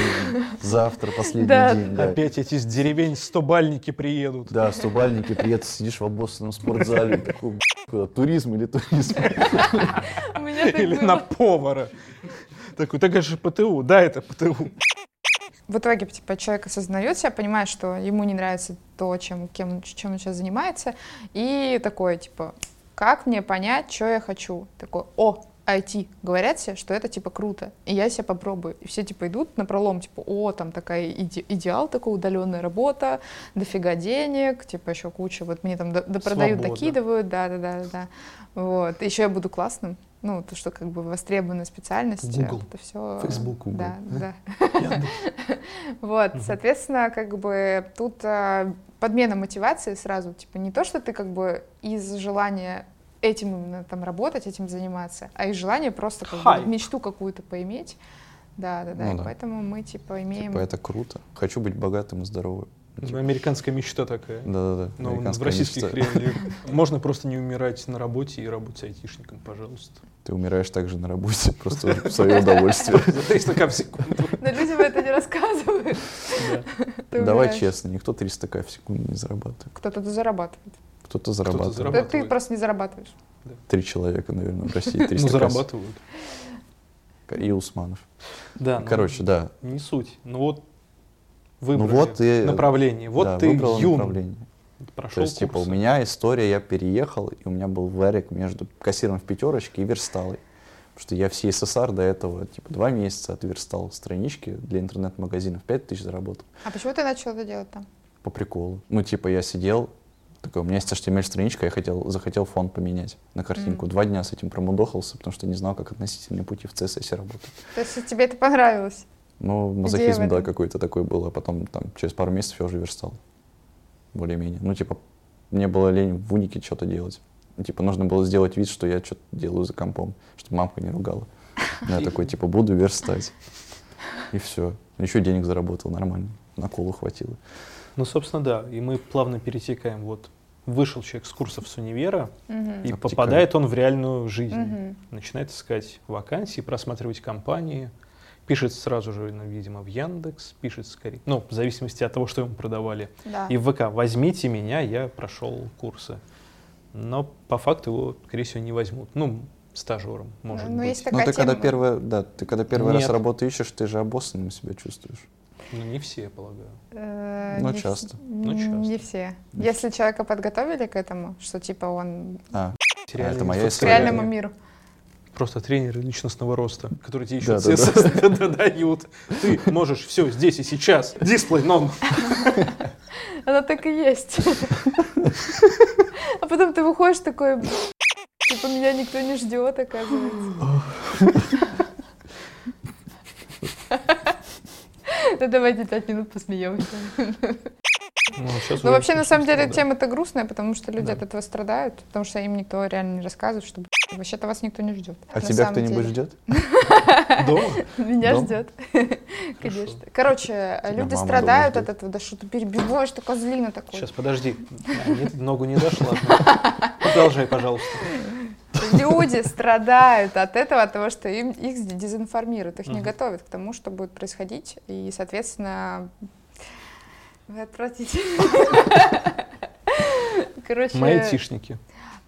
Speaker 2: Завтра последний
Speaker 3: Да.
Speaker 2: день. Да.
Speaker 1: Опять эти с деревень стобальники приедут.
Speaker 2: Да, субальники, привет, сидишь в обоссанном спортзале, и такой, «Б***ь, куда, туризм или туризм?
Speaker 3: А У меня так
Speaker 1: Или
Speaker 3: было.
Speaker 1: на повара. Такой, так это же ПТУ. Да, это ПТУ.
Speaker 3: В итоге, типа, человек осознает себя, понимает, что ему не нравится то, чем, кем, он- чем он сейчас занимается, и такой, типа, как мне понять, что я хочу? Такой, о, IT. Говорят все, что это, типа, круто, и я себя попробую. И все, типа, идут на пролом, типа, о, там такая иде- идеал, такой удаленная работа, дофига денег, типа, еще куча, вот мне там до- допродают,
Speaker 1: Свобода.
Speaker 3: докидывают, да-да-да-да. Вот, еще я буду классным, ну, то, что, как бы, востребованная специальность.
Speaker 1: Google.
Speaker 3: Это все...
Speaker 1: Facebook, Google.
Speaker 3: Да, да.
Speaker 1: Яндекс.
Speaker 3: Вот,
Speaker 1: Мгм.
Speaker 3: соответственно, как бы тут а, подмена мотивации сразу, типа не то, что ты как бы из желания этим именно там работать, этим заниматься, а из желания просто как бы
Speaker 1: Хайп.
Speaker 3: мечту какую-то поиметь. Да, да, да.
Speaker 2: Ну
Speaker 3: и
Speaker 2: да.
Speaker 3: Поэтому мы типа имеем.
Speaker 2: Типа, это круто. Хочу быть богатым и здоровым.
Speaker 1: Ну, Американская мечта такая.
Speaker 2: Да-да-да.
Speaker 1: Ну, в
Speaker 2: американская
Speaker 1: российских
Speaker 2: мечта.
Speaker 1: реалиях. Можно просто не умирать на работе и работать айтишником, пожалуйста.
Speaker 2: Ты умираешь также на работе, просто в свое удовольствие.
Speaker 1: За 300 к в секунду.
Speaker 3: Но людям это не рассказывают.
Speaker 1: Да.
Speaker 3: Ты
Speaker 2: Давай
Speaker 3: умираешь.
Speaker 2: честно, никто 300 к в секунду не зарабатывает.
Speaker 3: Кто-то тут зарабатывает.
Speaker 2: Кто-то зарабатывает.
Speaker 3: Да
Speaker 1: Зарабатывает.
Speaker 3: Ты просто не зарабатываешь.
Speaker 2: Три человека, наверное, в России 300
Speaker 1: Ну, зарабатывают.
Speaker 2: И Усманов.
Speaker 1: Да, ну,
Speaker 2: Короче, да.
Speaker 1: Не суть. Ну вот выбрали
Speaker 2: вот и-
Speaker 1: направление. Вот
Speaker 2: да,
Speaker 1: ты
Speaker 2: выбрала
Speaker 1: юн.
Speaker 2: направление.
Speaker 1: Прошел
Speaker 2: То есть, типа, у
Speaker 1: курсы.
Speaker 2: меня история, я переехал, и у меня был варик между кассиром в пятерочке и версталой. Потому что я в СССР до этого, типа, два месяца отверстал странички для интернет-магазинов, пять тысяч заработал
Speaker 3: А почему ты начал это делать там?
Speaker 2: по приколу. Ну, типа, я сидел, такой, у меня есть HTML-страничка, я хотел, захотел фон поменять на картинку. Два дня с этим промудохался, потому что не знал, как относительные пути в CSS работают.
Speaker 3: То есть тебе это понравилось?
Speaker 2: Ну, мазохизм, да,
Speaker 3: этом?
Speaker 2: какой-то такой был, а потом, там, через пару месяцев я уже верстал. Более-менее. Ну, типа, мне было лень в унике что-то делать. типа, нужно было сделать вид, что я что-то делаю за компом, чтобы мамка не ругала. Я такой, типа, буду верстать. И все. Еще денег заработал нормально. На колу хватило.
Speaker 1: Ну, собственно, да. И мы плавно перетекаем. Вот вышел человек с курсов с универа,
Speaker 3: Мгм.
Speaker 1: и
Speaker 2: Обтекаем.
Speaker 1: попадает он в реальную жизнь.
Speaker 3: Мгм.
Speaker 1: Начинает искать вакансии, просматривать компании. Пишет сразу же, ну, видимо, в Яндекс, пишет скорее. Ну, в зависимости от того, что ему продавали.
Speaker 3: Да.
Speaker 1: И в ВК возьмите меня, я прошел курсы. Но по факту его, скорее всего, не возьмут. Ну, стажером, может
Speaker 3: Ну,
Speaker 1: быть.
Speaker 3: есть
Speaker 2: Ну,
Speaker 3: такая
Speaker 2: ты когда
Speaker 3: тема.
Speaker 2: первое, да, ты когда первый раз
Speaker 1: Нет.
Speaker 2: работу ищешь, ты же обоссанным себя чувствуешь.
Speaker 1: Ну, не все, я полагаю.
Speaker 3: Э,
Speaker 2: Ну,
Speaker 3: не вс-
Speaker 2: часто.
Speaker 1: Ну,
Speaker 3: Не
Speaker 1: часто.
Speaker 3: все.
Speaker 2: Не
Speaker 3: Если человека подготовили к этому, что типа он
Speaker 2: А,
Speaker 1: Реальный
Speaker 2: это
Speaker 1: инструмент.
Speaker 2: моя
Speaker 3: к
Speaker 2: история.
Speaker 3: реальному миру.
Speaker 1: Просто тренеры личностного роста, которые тебе еще
Speaker 2: Да,
Speaker 1: все
Speaker 2: да,
Speaker 1: дают. Ты можешь все здесь и сейчас. Дисплей,
Speaker 3: Ну,
Speaker 1: но
Speaker 3: Она так и есть. А потом ты выходишь такой, «Б***ь, типа меня никто не ждет, оказывается. Ну давайте пять минут посмеемся. Ну вообще на самом деле тема-то грустная, потому что люди
Speaker 1: Да.
Speaker 3: от этого страдают, потому что им никто реально не рассказывает, что «Б***ь, вообще-то вас никто не ждет.
Speaker 2: а
Speaker 3: На
Speaker 2: тебя
Speaker 3: самом
Speaker 2: кто-нибудь
Speaker 3: деле.
Speaker 2: ждет?
Speaker 1: Дома?
Speaker 3: Меня
Speaker 2: Да.
Speaker 3: ждет. Конечно. Короче, э, люди
Speaker 2: мама
Speaker 3: страдают
Speaker 2: дома
Speaker 3: от
Speaker 2: ждёт.
Speaker 3: этого, да что ты перебиваешь, ты козлина такой.
Speaker 1: Сейчас, подожди. А, нет, Ногу не дошла. Ну, Продолжай, пожалуйста.
Speaker 3: Люди страдают от этого, от того, что им их дезинформируют, их не
Speaker 1: Мгм.
Speaker 3: готовят к тому, что будет происходить, и, соответственно, вы отвратите. Короче,
Speaker 1: Мы айтишники.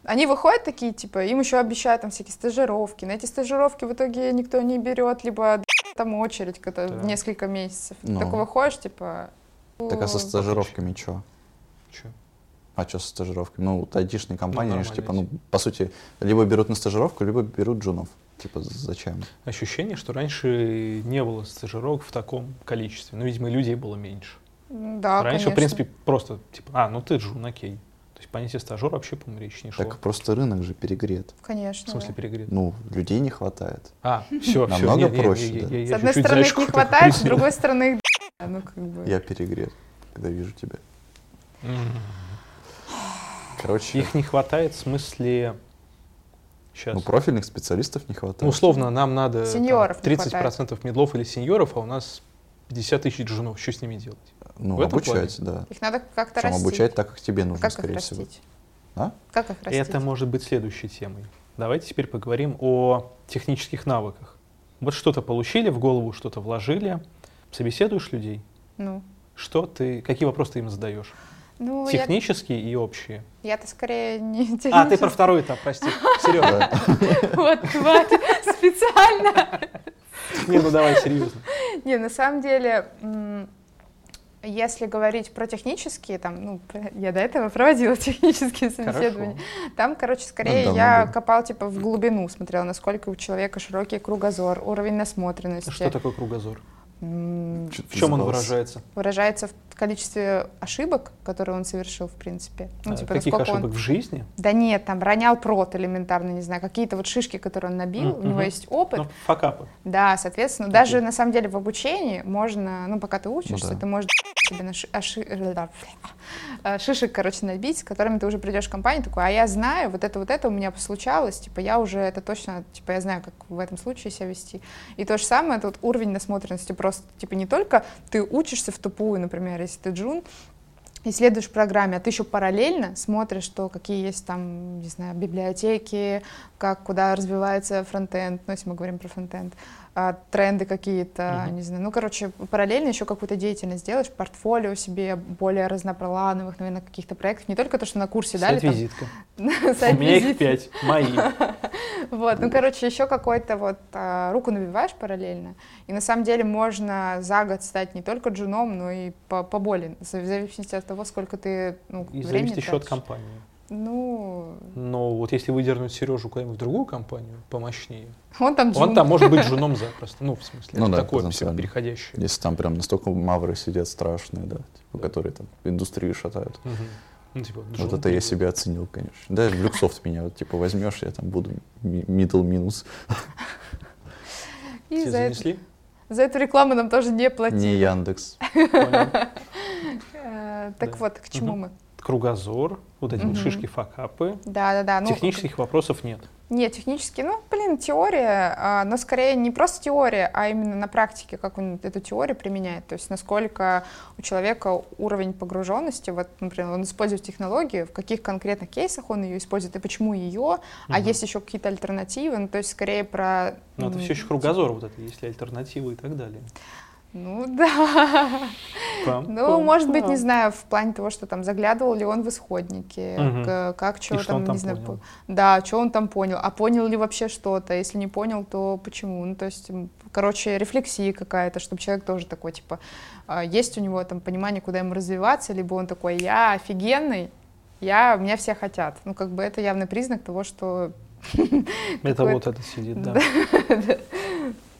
Speaker 3: они выходят такие, типа, им еще обещают там всякие стажировки. На эти стажировки в итоге никто не берет, либо там очередь когда
Speaker 1: Да.
Speaker 3: несколько месяцев. Ты
Speaker 2: Ну.
Speaker 3: Только выходишь, типа...
Speaker 2: Так а со
Speaker 3: «Ой,
Speaker 2: стажировками что?
Speaker 1: Чё?
Speaker 2: А что со стажировками? Ну, вот айтишные компании, они же, типа,
Speaker 1: нормально.
Speaker 2: ну, по сути, либо берут на стажировку, либо берут джунов. Типа, зачем?
Speaker 1: Ощущение, что раньше не было стажировок в таком количестве. Ну, видимо, людей было меньше.
Speaker 3: Да,
Speaker 1: Раньше,
Speaker 3: А, конечно.
Speaker 1: в принципе, просто типа, а, ну ты джун, окей. То есть понятие стажер вообще, по-моему, речи не шло.
Speaker 2: Так просто рынок же перегрет.
Speaker 1: В
Speaker 3: Конечно.
Speaker 1: смысле
Speaker 3: да.
Speaker 1: перегрет.
Speaker 2: Ну, людей не хватает.
Speaker 1: А, все, все.
Speaker 2: Намного проще, да.
Speaker 3: С одной стороны их не хватает, с другой стороны их... д- Ну, как бы...
Speaker 2: Я перегрет, когда вижу тебя. Короче,
Speaker 1: Их не хватает в смысле... Сейчас.
Speaker 2: ну, профильных специалистов не
Speaker 1: Ну,
Speaker 2: хватает.
Speaker 1: условно, нам надо там,
Speaker 3: Сеньоров не
Speaker 1: 30% медлов или сеньоров, а у нас 50 тысяч джунов. Что с ними делать? в
Speaker 2: Ну,
Speaker 1: этом
Speaker 2: обучать, да.
Speaker 3: Их надо как-то
Speaker 2: Причем
Speaker 3: растить.
Speaker 2: обучать так, как тебе
Speaker 3: А
Speaker 2: нужно,
Speaker 3: как их
Speaker 2: скорее всего.
Speaker 3: растить?
Speaker 2: А?
Speaker 3: Как их растить?
Speaker 1: Это может быть следующей темой. Давайте теперь поговорим о технических навыках. Вот что-то получили в голову, что-то вложили. Собеседуешь людей?
Speaker 3: Ну,
Speaker 1: Что ты, какие вопросы ты им задаешь?
Speaker 3: ну я-
Speaker 1: Технические и общие.
Speaker 3: я-то скорее не
Speaker 1: А, ты
Speaker 3: технически.
Speaker 1: про второй этап, прости. Серьезно.
Speaker 2: Да.
Speaker 3: Вот, тварь, специально.
Speaker 1: Не, ну давай, серьезно.
Speaker 3: Не, на самом деле, м, если говорить про технические, там, ну, про- я до этого проводила технические собеседования.
Speaker 1: Хорошо. Ну,
Speaker 3: Там, короче, скорее
Speaker 2: давно
Speaker 3: я
Speaker 2: было.
Speaker 3: копала, типа, в глубину, смотрела, насколько у человека широкий кругозор, уровень насмотренности.
Speaker 1: Что такое кругозор?
Speaker 3: М,
Speaker 2: Чё-то
Speaker 1: В чем он
Speaker 2: забылся.
Speaker 1: выражается?
Speaker 3: Выражается в количестве ошибок, которые он совершил, в принципе. Ну,
Speaker 1: А,
Speaker 3: типа,
Speaker 1: Каких
Speaker 3: насколько он
Speaker 1: ошибок в жизни?
Speaker 3: Да нет, там ронял прот элементарно, не знаю, какие-то вот шишки, которые он набил,
Speaker 1: Мгм.
Speaker 3: у него есть опыт.
Speaker 1: Ну, факапы.
Speaker 3: Да, соответственно,
Speaker 1: Такие.
Speaker 3: даже на самом деле в обучении можно, ну, пока ты учишься,
Speaker 2: да.
Speaker 3: ты можешь себе на ши- аши- э, да, а, шишек, короче, набить, с которыми ты уже придешь в компанию, такой, а я знаю, вот это, вот это у меня случалось, типа, я уже это точно, типа, я знаю, как в этом случае себя вести. И то же самое, тут уровень насмотренности просто, типа, не только ты учишься в тупую, например, если ты джун, и следуешь программе, а ты еще параллельно смотришь, что какие есть там, не знаю, библиотеки, как, куда развивается фронтенд, ну, если мы говорим про фронтенд, а, тренды какие-то,
Speaker 1: Мгм.
Speaker 3: не знаю, ну, короче, параллельно еще какую-то деятельность делаешь, портфолио себе более разноплановых, наверное, каких-то проектов, не только то, что на курсе дали, там,
Speaker 1: Сайт-визитка. У меня их
Speaker 3: сайт-визит.
Speaker 1: пять. Мои.
Speaker 3: Вот, ну, короче, еще какой-то вот а, руку набиваешь параллельно. И на самом деле можно за год стать не только джуном, но и по- поболее, в зависимости от того, сколько ты ну,
Speaker 1: И
Speaker 3: времени
Speaker 1: зависит еще от
Speaker 3: тратишь.
Speaker 1: компании.
Speaker 3: Ну,
Speaker 1: Но вот если выдернуть Сережу куда-нибудь в другую компанию, помощнее,
Speaker 3: он там джун.
Speaker 1: он там может быть женом запросто. Ну, в смысле,
Speaker 2: Ну
Speaker 1: это
Speaker 2: да,
Speaker 1: такое все
Speaker 2: потенциально.
Speaker 1: переходящее.
Speaker 2: Если там прям настолько мавры сидят страшные, да,
Speaker 1: Да.
Speaker 2: типа, которые там индустрию шатают.
Speaker 1: Мгм. Ну, типа,
Speaker 2: Вот
Speaker 1: джун.
Speaker 2: это я себя оценил, конечно. Да, в люксофт меня вот, типа возьмешь, я там буду ми- middle минус.
Speaker 3: И
Speaker 1: Тебе
Speaker 3: за, это-
Speaker 1: занесли?
Speaker 3: за эту рекламу нам тоже не платили.
Speaker 2: Не Яндекс.
Speaker 1: Понял.
Speaker 3: Э, так
Speaker 1: Да.
Speaker 3: вот, к чему
Speaker 1: Мгм.
Speaker 3: мы?
Speaker 1: К кругозор, вот эти вот
Speaker 3: Мгм.
Speaker 1: шишки, факапы.
Speaker 3: Да, да, да. Ну,
Speaker 1: Технических вопросов нет.
Speaker 3: Нет, технически, ну, блин, теория, а, но скорее не просто теория, а именно на практике, как он эту теорию применяет, то есть насколько у человека уровень погруженности, вот, например, он использует технологию, в каких конкретных кейсах он ее использует и почему ее, а
Speaker 1: Мгм.
Speaker 3: есть еще какие-то альтернативы, ну, то есть скорее про...
Speaker 1: Но это
Speaker 3: м,
Speaker 1: все еще кругозор, вот это, есть ли альтернативы и так далее.
Speaker 3: Ну, да.
Speaker 1: Пам,
Speaker 3: Ну,
Speaker 1: пам,
Speaker 3: может быть, не
Speaker 1: пам.
Speaker 3: знаю, в плане того, что там заглядывал ли он в исходники,
Speaker 1: Мгм.
Speaker 3: к- как чего
Speaker 1: что
Speaker 3: там,
Speaker 1: он там
Speaker 3: не знаю,
Speaker 1: понял?
Speaker 3: по- да, что он там понял, а понял ли вообще что-то, а если не понял, то почему, ну, то есть, м, короче, рефлексия какая-то, чтобы человек тоже такой, типа, а, есть у него там понимание, куда ему развиваться, либо он такой, я офигенный, я, меня все хотят, ну, как бы это явный признак того, что
Speaker 1: Это
Speaker 3: какой-то-
Speaker 1: вот это сидит, да.
Speaker 3: Да.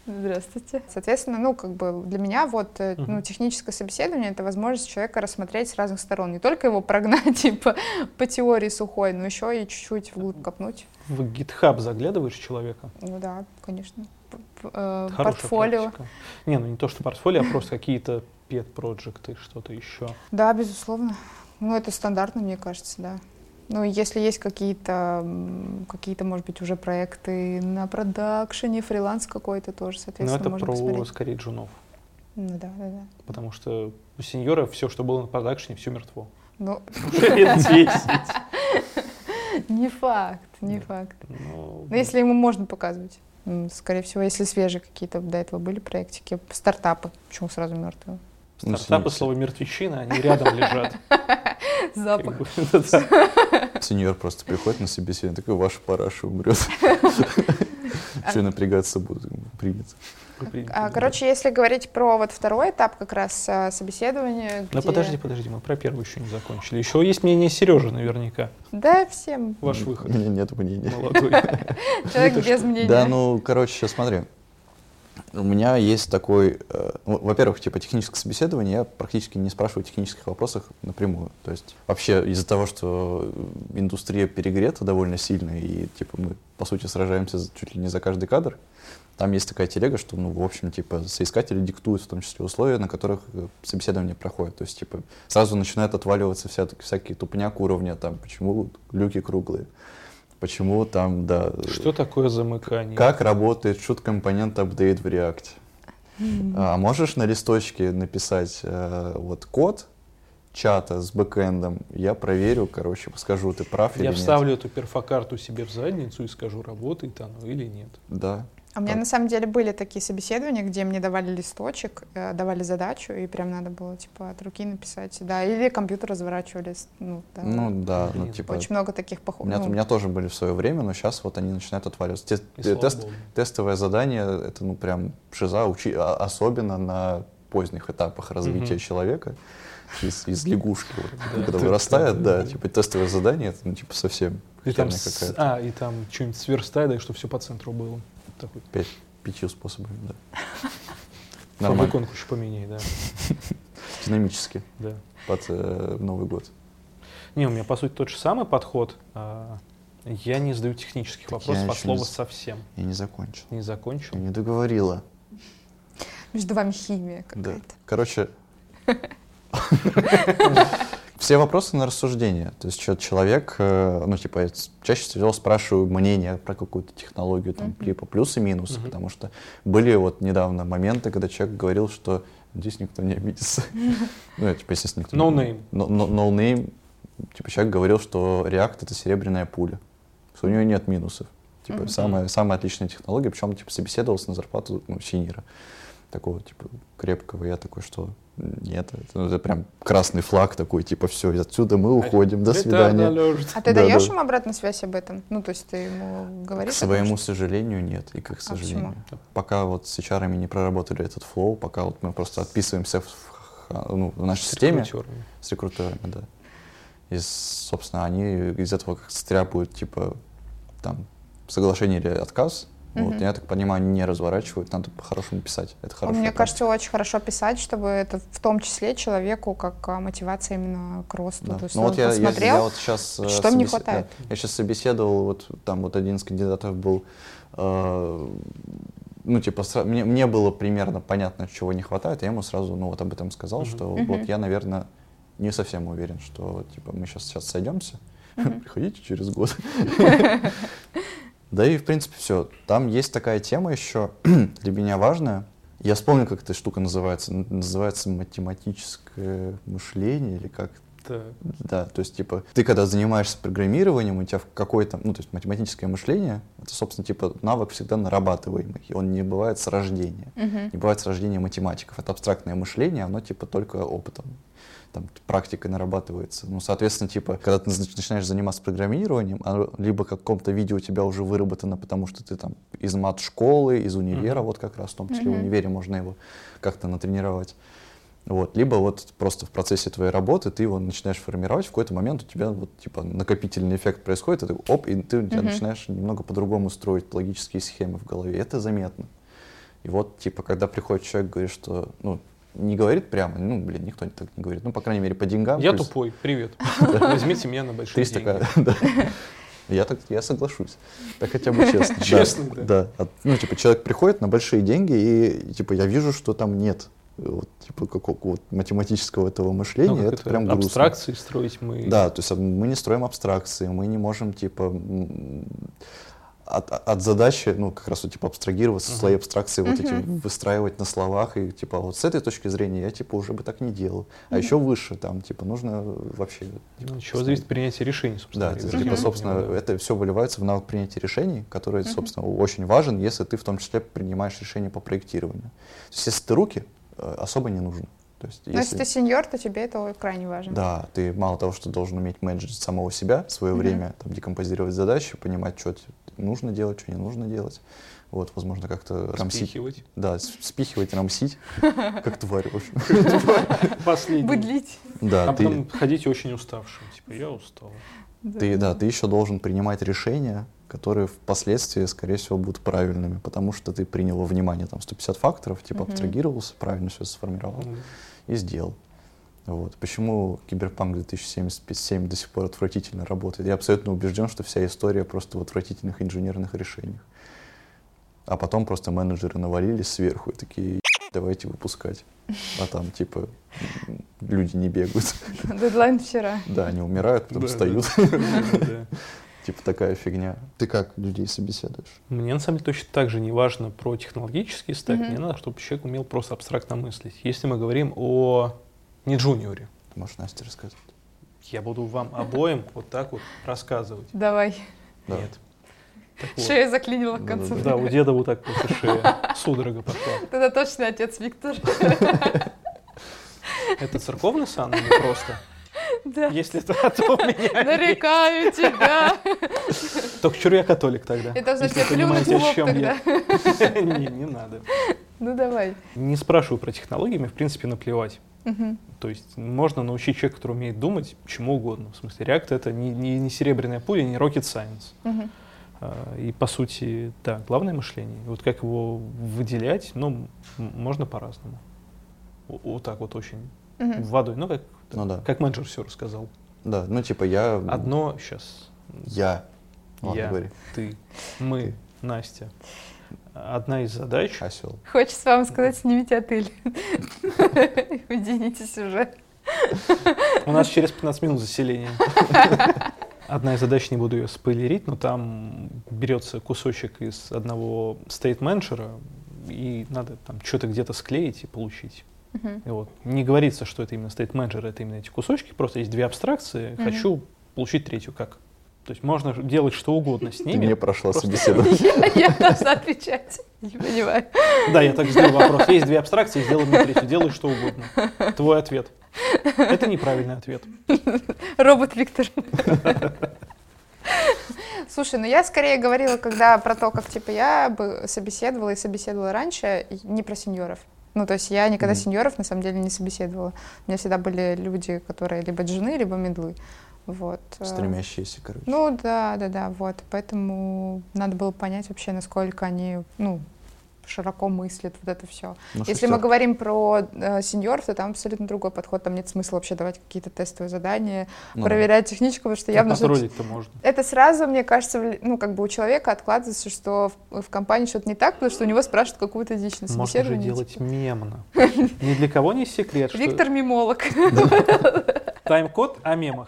Speaker 3: Здравствуйте. Соответственно, ну, как бы для меня вот э,
Speaker 1: Мгм.
Speaker 3: ну, техническое собеседование — это возможность человека рассмотреть с разных сторон. Не только его прогнать, типа, по теории сухой, но еще и чуть-чуть вглубь копнуть.
Speaker 1: В GitHub заглядываешь человека.
Speaker 3: Ну да, конечно. П- п- э,
Speaker 1: Это хорошая
Speaker 3: Портфолио.
Speaker 1: практика. Не, ну не то, что портфолио, а просто какие-то pet проекты, что-то еще.
Speaker 3: Да, безусловно. Ну, это стандартно, мне кажется, да. Ну, и если есть какие-то, м, какие-то, может быть, уже проекты на продакшене, фриланс какой-то тоже,
Speaker 1: Но
Speaker 3: соответственно,
Speaker 1: Ну, это
Speaker 3: можно
Speaker 1: про
Speaker 3: посмотреть.
Speaker 1: скорее джунов.
Speaker 3: Ну, да, да, да.
Speaker 1: Потому что у сеньора все, что было на продакшне, все мертво.
Speaker 3: Ну,
Speaker 1: Уже лет 10.
Speaker 3: не факт, не
Speaker 1: Да.
Speaker 3: факт.
Speaker 1: Ну,
Speaker 3: Ну, если ему можно показывать. М, Скорее всего, если свежие какие-то до этого были проектики, стартапы, почему сразу мертвые?
Speaker 2: Ну,
Speaker 1: Стартапы,
Speaker 2: сеньор-
Speaker 1: слово мертвечина, они рядом лежат. Как
Speaker 3: Запах.
Speaker 1: бы, да-да.
Speaker 2: Сеньор просто приходит на собеседование, такой, ваша параша умрет. Че напрягаться буду? Принято.
Speaker 3: А, Короче, если говорить про вот второй этап как раз а, собеседования,
Speaker 1: Ну
Speaker 3: где-
Speaker 1: подожди, подожди, мы про первый еще не закончили. Еще есть мнение Сережи наверняка.
Speaker 3: Да, всем.
Speaker 1: Ваш
Speaker 2: М,
Speaker 1: выход.
Speaker 2: У меня нет мнения.
Speaker 1: Молодой.
Speaker 3: Человек
Speaker 1: Ну, ты
Speaker 3: без мнения.
Speaker 2: Да, ну, короче, сейчас смотри. У меня есть такой... э, во- Во-первых, типа техническое собеседование, я практически не спрашиваю технических вопросов напрямую. То есть вообще из-за того, что э, индустрия перегрета довольно сильно, и типа мы, по сути, сражаемся за- чуть ли не за каждый кадр, там есть такая телега, что, ну, в общем, типа, соискатели диктуют в том числе условия, на которых э, собеседование проходит. То есть, типа, сразу начинает отваливаться вся, всякие тупняк уровня, там, почему люки круглые, почему там, да... э,
Speaker 1: Что такое замыкание?
Speaker 2: как работает shoot компонент update в React? А можешь на листочке написать э, вот код чата с бэкэндом? Я проверю, короче, скажу, ты прав или
Speaker 1: Я
Speaker 2: нет.
Speaker 1: вставлю эту перфокарту себе в задницу и скажу, работает оно или нет.
Speaker 2: Да.
Speaker 3: А у меня
Speaker 2: Так.
Speaker 3: на самом деле были такие собеседования, где мне давали листочек, э, давали задачу, и прям надо было типа от руки написать, да, или компьютер разворачивали, с- ну да.
Speaker 2: Ну да, ну
Speaker 1: Блин.
Speaker 2: типа.
Speaker 3: Очень много таких ну,
Speaker 2: У
Speaker 3: похожих.
Speaker 2: меня, у меня тоже были в свое время, но сейчас вот они начинают отваливаться. Те-
Speaker 1: И
Speaker 2: те-
Speaker 1: слава
Speaker 2: тест-
Speaker 1: богу.
Speaker 2: тестовое задание это ну прям шиза, учи, а- особенно на поздних этапах развития
Speaker 1: Мгм.
Speaker 2: человека из, из лягушки, вот, когда
Speaker 1: да,
Speaker 2: вырастает,
Speaker 1: да,
Speaker 2: да,
Speaker 1: да.
Speaker 2: типа тестовое задание это ну типа совсем
Speaker 1: И там,
Speaker 2: херня
Speaker 1: с- а, и там что-нибудь сверстай, да, и чтобы все по центру было. Такой.
Speaker 2: Пять, пятью способами, да.
Speaker 1: Нормально.
Speaker 2: Нормально,
Speaker 1: еще поменяй, да.
Speaker 2: динамически,
Speaker 1: да.
Speaker 2: под э, Новый год.
Speaker 1: Не, у меня, по сути, тот же самый подход. а, Я не задаю технических
Speaker 2: Так я
Speaker 1: вопросов от
Speaker 2: еще не
Speaker 1: слова
Speaker 2: з-
Speaker 1: совсем.
Speaker 2: Я не закончил.
Speaker 1: Не
Speaker 2: Я
Speaker 1: закончил.
Speaker 2: не договорила.
Speaker 3: Между вами химия
Speaker 2: Да.
Speaker 3: какая-то.
Speaker 2: Короче, все вопросы на рассуждение. То есть чё- человек, э, ну, типа, я с- чаще всего спрашиваю мнение про какую-то технологию, там,
Speaker 3: Мгм.
Speaker 2: типа, плюсы и минусы,
Speaker 1: Мгм.
Speaker 2: потому что были вот недавно моменты, когда человек говорил, что здесь никто не обидится. Ну, это, типа, естественно, никто
Speaker 1: No
Speaker 2: не-
Speaker 1: name.
Speaker 2: Но- но- No name. Типа, человек говорил, что React — это серебряная пуля, что у нее нет минусов. Типа,
Speaker 3: Мгм.
Speaker 2: самая, самая отличная технология, причем, типа, собеседовался на зарплату, ну, синера такого, типа, крепкого. Я такой, что нет, это, ну, это прям красный флаг такой, типа, все, отсюда мы уходим, до
Speaker 1: Это
Speaker 2: свидания.
Speaker 1: надежно.
Speaker 3: А ты
Speaker 2: Да,
Speaker 3: даешь
Speaker 2: да.
Speaker 3: ему обратную связь об этом? Ну, то есть ты ему
Speaker 2: К
Speaker 3: говоришь? о том,
Speaker 2: своему сожалению, нет, и к их
Speaker 3: А почему?
Speaker 2: сожалению. Пока вот с HR -ами не проработали этот флоу, пока вот мы просто отписываемся в, ха- ну, в нашей системе,
Speaker 1: Рекрутерами.
Speaker 2: с рекрутерами, да. И, собственно, они из этого как стряпают, типа, там, соглашение или отказ. Вот,
Speaker 3: Мгм.
Speaker 2: я так понимаю, они не разворачивают, надо по-хорошему писать. Это
Speaker 3: что-
Speaker 2: хорошо.
Speaker 3: Мне кажется, очень хорошо писать, чтобы это в том числе человеку как а, мотивация именно к росту. То есть
Speaker 2: Ну
Speaker 3: он
Speaker 2: вот я, я- я
Speaker 3: посмотрел,
Speaker 2: вот сейчас... э,
Speaker 3: что мне
Speaker 2: собесе-
Speaker 3: хватает.
Speaker 2: да, я сейчас собеседовал, вот там вот один из кандидатов был... э, ну, типа, сра- мне, мне было примерно понятно, чего не хватает, я ему сразу, ну, вот об этом сказал,
Speaker 1: Мгм.
Speaker 2: что
Speaker 3: Мгм.
Speaker 2: вот я, наверное, не совсем уверен, что типа мы сейчас сейчас сойдемся, приходите через год. Да и, в принципе, все. Там есть такая тема еще для меня важная. Я вспомню, как эта штука называется. Н- Называется математическое мышление или как
Speaker 1: Так.
Speaker 2: да, то есть, типа, ты когда занимаешься программированием, у тебя в какой-то, ну, то есть, математическое мышление, это, собственно, типа, навык всегда нарабатываемый, и он не бывает с рождения.
Speaker 3: Мгм.
Speaker 2: Не бывает с рождения математиков. Это абстрактное мышление, оно, типа, только опытом там практикой нарабатывается. Ну, соответственно, типа, когда ты нач- начинаешь заниматься программированием, оно либо в каком-то виде у тебя уже выработано, потому что ты там из мат-школы, из универа,
Speaker 1: Мгм.
Speaker 2: вот как раз, в том числе в
Speaker 3: Мгм.
Speaker 2: универе можно его как-то натренировать. Вот. Либо вот просто в процессе твоей работы ты его начинаешь формировать, в какой-то момент у тебя вот типа накопительный эффект происходит, и ты, оп, и ты у тебя
Speaker 3: Мгм.
Speaker 2: начинаешь немного по-другому строить логические схемы в голове. Это заметно. И вот, типа, когда приходит человек, говорит, что, ну, не говорит прямо, ну, блин, никто так не говорит, ну, по крайней мере, по деньгам.
Speaker 1: Я
Speaker 2: плюс
Speaker 1: тупой, привет. Возьмите меня на большие
Speaker 2: 300
Speaker 1: деньги.
Speaker 2: к да. Я, так, я соглашусь. Так хотя бы честно. Да,
Speaker 1: Честно, да.
Speaker 2: да. От- Ну, типа, человек приходит на большие деньги, и, типа, я вижу, что там нет э, вот, типа, какого вот математического этого
Speaker 1: Ну,
Speaker 2: мышления,
Speaker 1: как
Speaker 2: это прям грустно.
Speaker 1: Абстракции строить мы.
Speaker 2: Да, то есть а, мы не строим абстракции, мы не можем, типа, м, от, от задачи, ну, как раз, вот, типа, абстрагироваться,
Speaker 1: Мгм.
Speaker 2: слои абстракции вот эти
Speaker 3: Мгм.
Speaker 2: выстраивать на словах, и, типа, вот с этой точки зрения я, типа, уже бы так не делал. А еще выше, там, типа, нужно вообще... типа,
Speaker 1: Ну, чего зависит принятие решений, собственно.
Speaker 2: да, это,
Speaker 1: ребята,
Speaker 2: типа,
Speaker 1: я
Speaker 2: собственно,
Speaker 1: понимаю, да.
Speaker 2: это все выливается в навык принятия решений, который, собственно, очень важен, если ты в том числе принимаешь решения по проектированию. То есть, если ты руки, э, особо не нужно. То есть,
Speaker 3: Но Ну, если ты сеньор, то тебе это крайне важно.
Speaker 2: да, ты мало того, что должен уметь менеджить самого себя, свое
Speaker 3: Мгм.
Speaker 2: время, там, декомпозировать задачи, понимать, что нужно делать, что не нужно делать. Вот, возможно, как-то рамсить.
Speaker 1: Спихивать.
Speaker 2: Да, с- спихивать, рамсить, как тварь, в
Speaker 3: А
Speaker 2: общем.
Speaker 1: Последний.
Speaker 3: Быдлить.
Speaker 1: А
Speaker 2: Да, ты,
Speaker 1: потом ходить очень уставшим. Типа, я устал.
Speaker 2: ты, да, ты еще должен принимать решения, которые впоследствии, скорее всего, будут правильными, потому что ты принял во внимание там 150 факторов, типа
Speaker 3: Мгм.
Speaker 2: абстрагировался, правильно все сформировал.
Speaker 1: Ну,
Speaker 2: и сделал. Вот. Почему Киберпанк 2077 до сих пор отвратительно работает? Я абсолютно убежден, что вся история просто в отвратительных инженерных решениях. А потом просто менеджеры навалились сверху и такие, «Е- давайте выпускать. А там, типа, м, люди не бегают.
Speaker 3: Дедлайн вчера.
Speaker 2: Да, они умирают, потом
Speaker 1: Да,
Speaker 2: встают.
Speaker 1: да.
Speaker 2: Типа такая фигня. Ты как людей собеседуешь?
Speaker 1: Мне на самом деле точно так же не важно про технологический стек,
Speaker 3: Мгм.
Speaker 1: мне надо, чтобы человек умел просто абстрактно мыслить. Если мы говорим о не джуниоре,
Speaker 2: Ты можешь Насте рассказать?
Speaker 1: я буду вам обоим вот так вот рассказывать.
Speaker 3: Давай.
Speaker 2: Да.
Speaker 1: Нет. Так вот.
Speaker 3: Шея заклинила к концу.
Speaker 2: Да-да-да.
Speaker 1: Да, у деда вот так просто шея. Судорога пошла.
Speaker 3: Тогда точно отец Виктор.
Speaker 1: Это церковный сан или просто?
Speaker 3: Да.
Speaker 1: Если это а то у меня нет.
Speaker 3: Нарекаю тебя.
Speaker 1: Только чур я католик тогда.
Speaker 3: Ну, Это
Speaker 1: Если
Speaker 3: означает
Speaker 1: вы
Speaker 3: плюнуть в
Speaker 1: понимаете, о
Speaker 3: лоб
Speaker 1: чем я.
Speaker 3: тогда.
Speaker 1: Не, не надо.
Speaker 3: Ну давай.
Speaker 1: Не спрашиваю про технологии, мне в принципе наплевать.
Speaker 3: Мгм.
Speaker 1: То есть можно научить человека, который умеет думать, чему угодно. В смысле, React — это не, не, не серебряная пуля, не rocket science.
Speaker 3: Мгм.
Speaker 1: А, И, по сути, да, главное мышление. И Вот как его выделять, ну, м- можно по-разному. Во- Вот так вот очень
Speaker 3: Мгм.
Speaker 1: водой. Ну, как,
Speaker 2: Ну да.
Speaker 1: как менеджер все рассказал.
Speaker 2: Да, ну типа я...
Speaker 1: Одно сейчас.
Speaker 2: Я. Ладно,
Speaker 1: Я.
Speaker 2: говори.
Speaker 1: Ты, мы, Настя. Одна из задач.
Speaker 2: Осел.
Speaker 3: Хочется вам сказать, снимите отель. Уединитесь уже.
Speaker 1: У нас через 15 минут заселение. Одна из задач, не буду ее спойлерить, но там берется кусочек из одного стейт-менеджера, и надо там что-то где-то склеить и получить.
Speaker 3: Мгм.
Speaker 1: И Вот. Не говорится, что это именно стейт-менеджер, это именно эти кусочки, просто есть две абстракции,
Speaker 3: Мгм.
Speaker 1: хочу получить третью как. То есть можно ж- делать что угодно с
Speaker 2: Ты мне
Speaker 1: ними.
Speaker 2: прошла
Speaker 1: Просто-
Speaker 2: собеседование.
Speaker 3: Я я должна отвечать. Не понимаю.
Speaker 1: Да, я так задаю вопрос. Есть две абстракции, сделай мне третью, делай что угодно. Твой ответ. Это неправильный ответ.
Speaker 3: Робот Виктор. Слушай, ну я скорее говорила, когда про то, как типа я бы собеседовала и собеседовала раньше, и не про сеньоров. Ну, то есть я никогда
Speaker 2: Мгм.
Speaker 3: сеньоров на самом деле не собеседовала. У меня всегда были люди, которые либо джуны, либо медлы. Вот. э,
Speaker 2: Стремящиеся, короче.
Speaker 3: Ну да, да, да, вот. Поэтому надо было понять вообще, насколько они, ну, широко мыслят вот это все.
Speaker 2: Ну,
Speaker 3: Если мы
Speaker 2: шестерка.
Speaker 3: говорим про э, сеньоров, то там абсолютно другой подход. Там нет смысла вообще давать какие-то тестовые задания,
Speaker 2: Ну да.
Speaker 3: проверять техничку, потому что явно... что-
Speaker 1: Потроллить-то можно.
Speaker 3: Это сразу, мне кажется, вли- ну, как бы у человека откладывается, что в, в компании что-то не так, потому что у него спрашивают какую-то дичь на
Speaker 1: Можно же
Speaker 3: собеседовании.
Speaker 1: делать
Speaker 3: типа,
Speaker 1: мемно. Ни для кого не секрет, что...
Speaker 3: Виктор Мимолог.
Speaker 1: Тайм-код о мемах.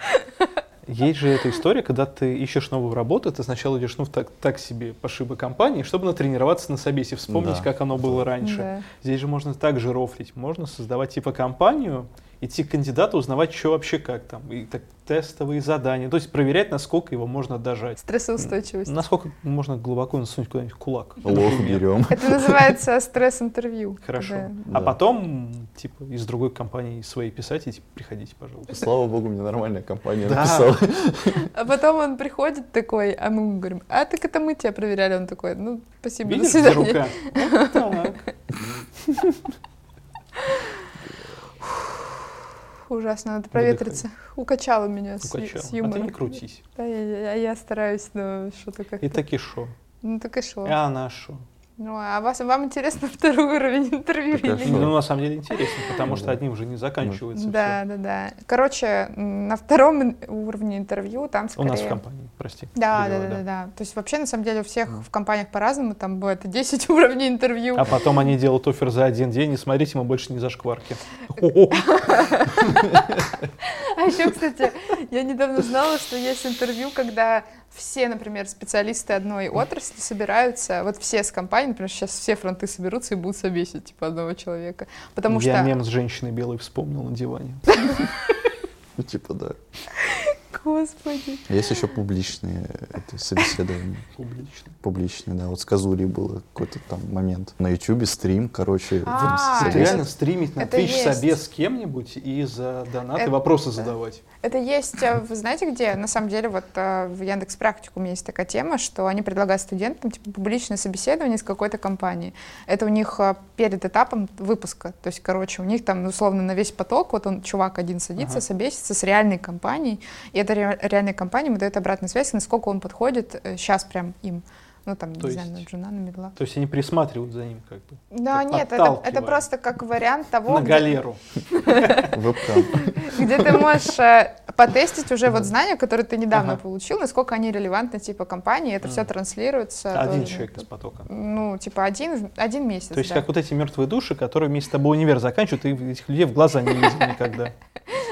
Speaker 1: Есть же эта история, когда ты ищешь новую работу, ты сначала идешь ну, в так, так себе по шибы компании, чтобы натренироваться на собесе, вспомнить,
Speaker 2: Да.
Speaker 1: как оно было раньше.
Speaker 3: Да.
Speaker 1: Здесь же можно так же рофлить. Можно создавать типа компанию, идти к кандидату, узнавать, что вообще как там. И так, тестовые задания. То есть проверять, насколько его можно дожать.
Speaker 3: Стрессоустойчивость.
Speaker 1: Насколько можно глубоко насунуть куда-нибудь кулак.
Speaker 2: Лох
Speaker 1: например.
Speaker 2: берем.
Speaker 3: Это называется стресс-интервью.
Speaker 1: Хорошо.
Speaker 3: Да.
Speaker 1: А
Speaker 2: Да.
Speaker 1: потом, типа, из другой компании своей писать и типа, приходите, пожалуйста.
Speaker 2: Слава богу, мне нормальная компания
Speaker 1: Да.
Speaker 2: написала.
Speaker 3: А потом он приходит такой, а мы ему говорим, а так это мы тебя проверяли. Он такой, ну, спасибо,
Speaker 1: Видишь, э,
Speaker 3: до
Speaker 1: где
Speaker 3: свидания.
Speaker 1: рука? Вот так. ну,
Speaker 3: Ужасно, надо проветриться. Укачало меня с,
Speaker 1: Укачал.
Speaker 3: с
Speaker 1: А ты
Speaker 3: юмором.
Speaker 1: не крутись.
Speaker 3: Да, я, а я- я стараюсь, но что-то как-то...
Speaker 1: И таки шо.
Speaker 3: Ну, так и шо.
Speaker 1: А она шо.
Speaker 3: Ну, а вас, вам интересно второй уровень интервью
Speaker 2: Так а
Speaker 3: или
Speaker 2: шо?
Speaker 3: нет?
Speaker 1: Ну, на самом деле интересно, потому что
Speaker 2: Да.
Speaker 1: одним же не заканчивается
Speaker 3: Да, да, да. Короче, м, на втором ин- уровне интервью там
Speaker 1: всё. У
Speaker 3: скорее...
Speaker 1: нас в компании, прости.
Speaker 3: Да, да,
Speaker 1: перебила,
Speaker 3: да, да, да. То есть вообще, на самом деле, у всех в компаниях по-разному, там бывает и 10 уровней интервью.
Speaker 1: А потом они делают офер за один день, и смотрите, мы больше не за шкварки. О,
Speaker 3: А еще, кстати, я недавно знала, что есть интервью, когда все, например, специалисты одной отрасли собираются, вот все с компанией, например, сейчас все фронты соберутся и будут собесить, типа, одного человека. Потому
Speaker 1: Я
Speaker 3: что...
Speaker 1: мем с женщиной белой вспомнил на диване.
Speaker 2: Ну, Типа, да.
Speaker 3: Господи.
Speaker 2: Есть еще публичные это, собеседования.
Speaker 1: Публично.
Speaker 2: Публичные, да. Вот с Казури было какой-то там момент. На Ютубе стрим, короче.
Speaker 3: А,
Speaker 1: Ты
Speaker 2: собес-
Speaker 3: это
Speaker 1: реально стримить на
Speaker 3: это
Speaker 1: Twitch
Speaker 3: есть.
Speaker 1: собес с кем-нибудь и за донаты
Speaker 3: Это-
Speaker 1: вопросы задавать.
Speaker 3: Это есть, э, вы знаете где? На самом деле, вот э, в Яндекс Практикуме есть такая тема, что они предлагают студентам типа, публичное собеседование с какой-то компанией. Это у них э, перед этапом выпуска. То есть, короче, у них там ну, условно на весь поток, вот он, чувак один садится,
Speaker 1: Ага.
Speaker 3: собесится с реальной компанией, и эта ре- реальная компания ему дает обратную связь, насколько он подходит сейчас прям им. Ну, там,
Speaker 1: То
Speaker 3: не знаю,
Speaker 1: есть-
Speaker 3: на Джуна, на Медла.
Speaker 1: То есть они присматривают за ним как бы.
Speaker 3: Да,
Speaker 1: Как
Speaker 3: нет, это, это
Speaker 1: подталкивает.
Speaker 3: просто как вариант того,
Speaker 1: На
Speaker 3: где-
Speaker 1: галеру.
Speaker 2: Вебкам.
Speaker 3: Где ты можешь э, потестить уже вот знания, которые ты недавно
Speaker 1: Ага.
Speaker 3: получил, насколько они релевантны типа компании, это все
Speaker 1: Мгм.
Speaker 3: транслируется.
Speaker 1: Один
Speaker 3: тоже.
Speaker 1: человек из потока.
Speaker 3: Ну, типа один, в- один месяц,
Speaker 1: То есть
Speaker 3: да.
Speaker 1: как вот эти мертвые души, которые вместе с тобой универ заканчивают, ты этих людей в глаза не видел никогда.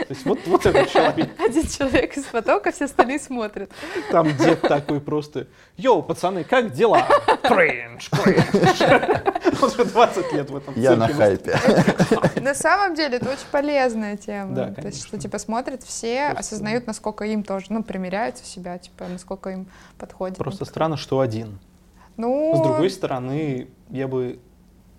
Speaker 1: То есть вот, вот этот человек,
Speaker 3: Один человек из потока, все остальные смотрят.
Speaker 1: там дед такой просто, йоу, пацаны, как дела? Кринж, кринж. Он же 20 лет в этом
Speaker 2: Я на
Speaker 1: цирке
Speaker 2: хайпе.
Speaker 3: На самом деле это очень полезная тема.
Speaker 1: Да,
Speaker 3: То есть, что
Speaker 1: конечно.
Speaker 3: типа смотрят все,
Speaker 1: Просто-
Speaker 3: осознают, насколько им тоже, ну, примеряются себя, типа, насколько им подходит.
Speaker 1: Просто странно, что один.
Speaker 3: Ну,
Speaker 1: С другой стороны, я бы...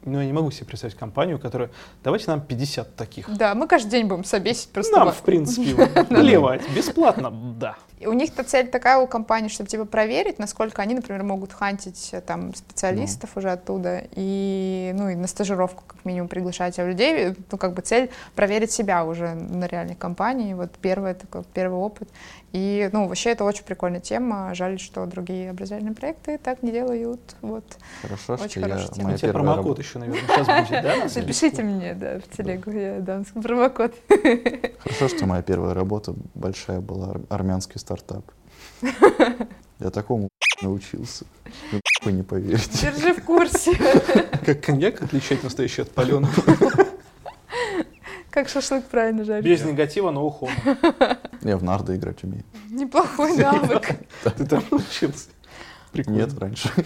Speaker 1: Ну, я не могу себе представить компанию, которая... Давайте нам 50 таких.
Speaker 3: да, мы каждый день будем собесить просто.
Speaker 1: Нам,
Speaker 3: во-
Speaker 1: в принципе, наливать. Бесплатно, да.
Speaker 3: И У них-то цель такая у компании, чтобы типа проверить, насколько они, например, могут хантить э, там специалистов уже оттуда и ну и на стажировку как минимум приглашать, а у людей э, ну как бы цель проверить себя уже на реальной компании. Вот первый такой первый опыт. И ну вообще это очень прикольная тема. Жаль, что другие образовательные проекты так не делают. Вот
Speaker 2: Хорошо,
Speaker 3: Очень
Speaker 2: что я...
Speaker 3: хорошая тема.
Speaker 1: У
Speaker 2: моя
Speaker 1: тебя
Speaker 2: первая
Speaker 1: промокод еще, наверное, сейчас будет, да? на самом деле?
Speaker 3: запишите мне, да, в телегу я дам промокод.
Speaker 2: раб- Хорошо, что моя первая работа большая была ар- армянский стартап. Я такому научился. Ну, Вы не поверите.
Speaker 3: Держи в курсе,
Speaker 1: Как коньяк отличать настоящий от паленого?
Speaker 3: как шашлык правильно жарить.
Speaker 1: Без негатива, но ухом.
Speaker 2: Я в нарды играть умею.
Speaker 3: Неплохой навык.
Speaker 1: Ты там научился? Прикольно.
Speaker 2: Нет, раньше. Меня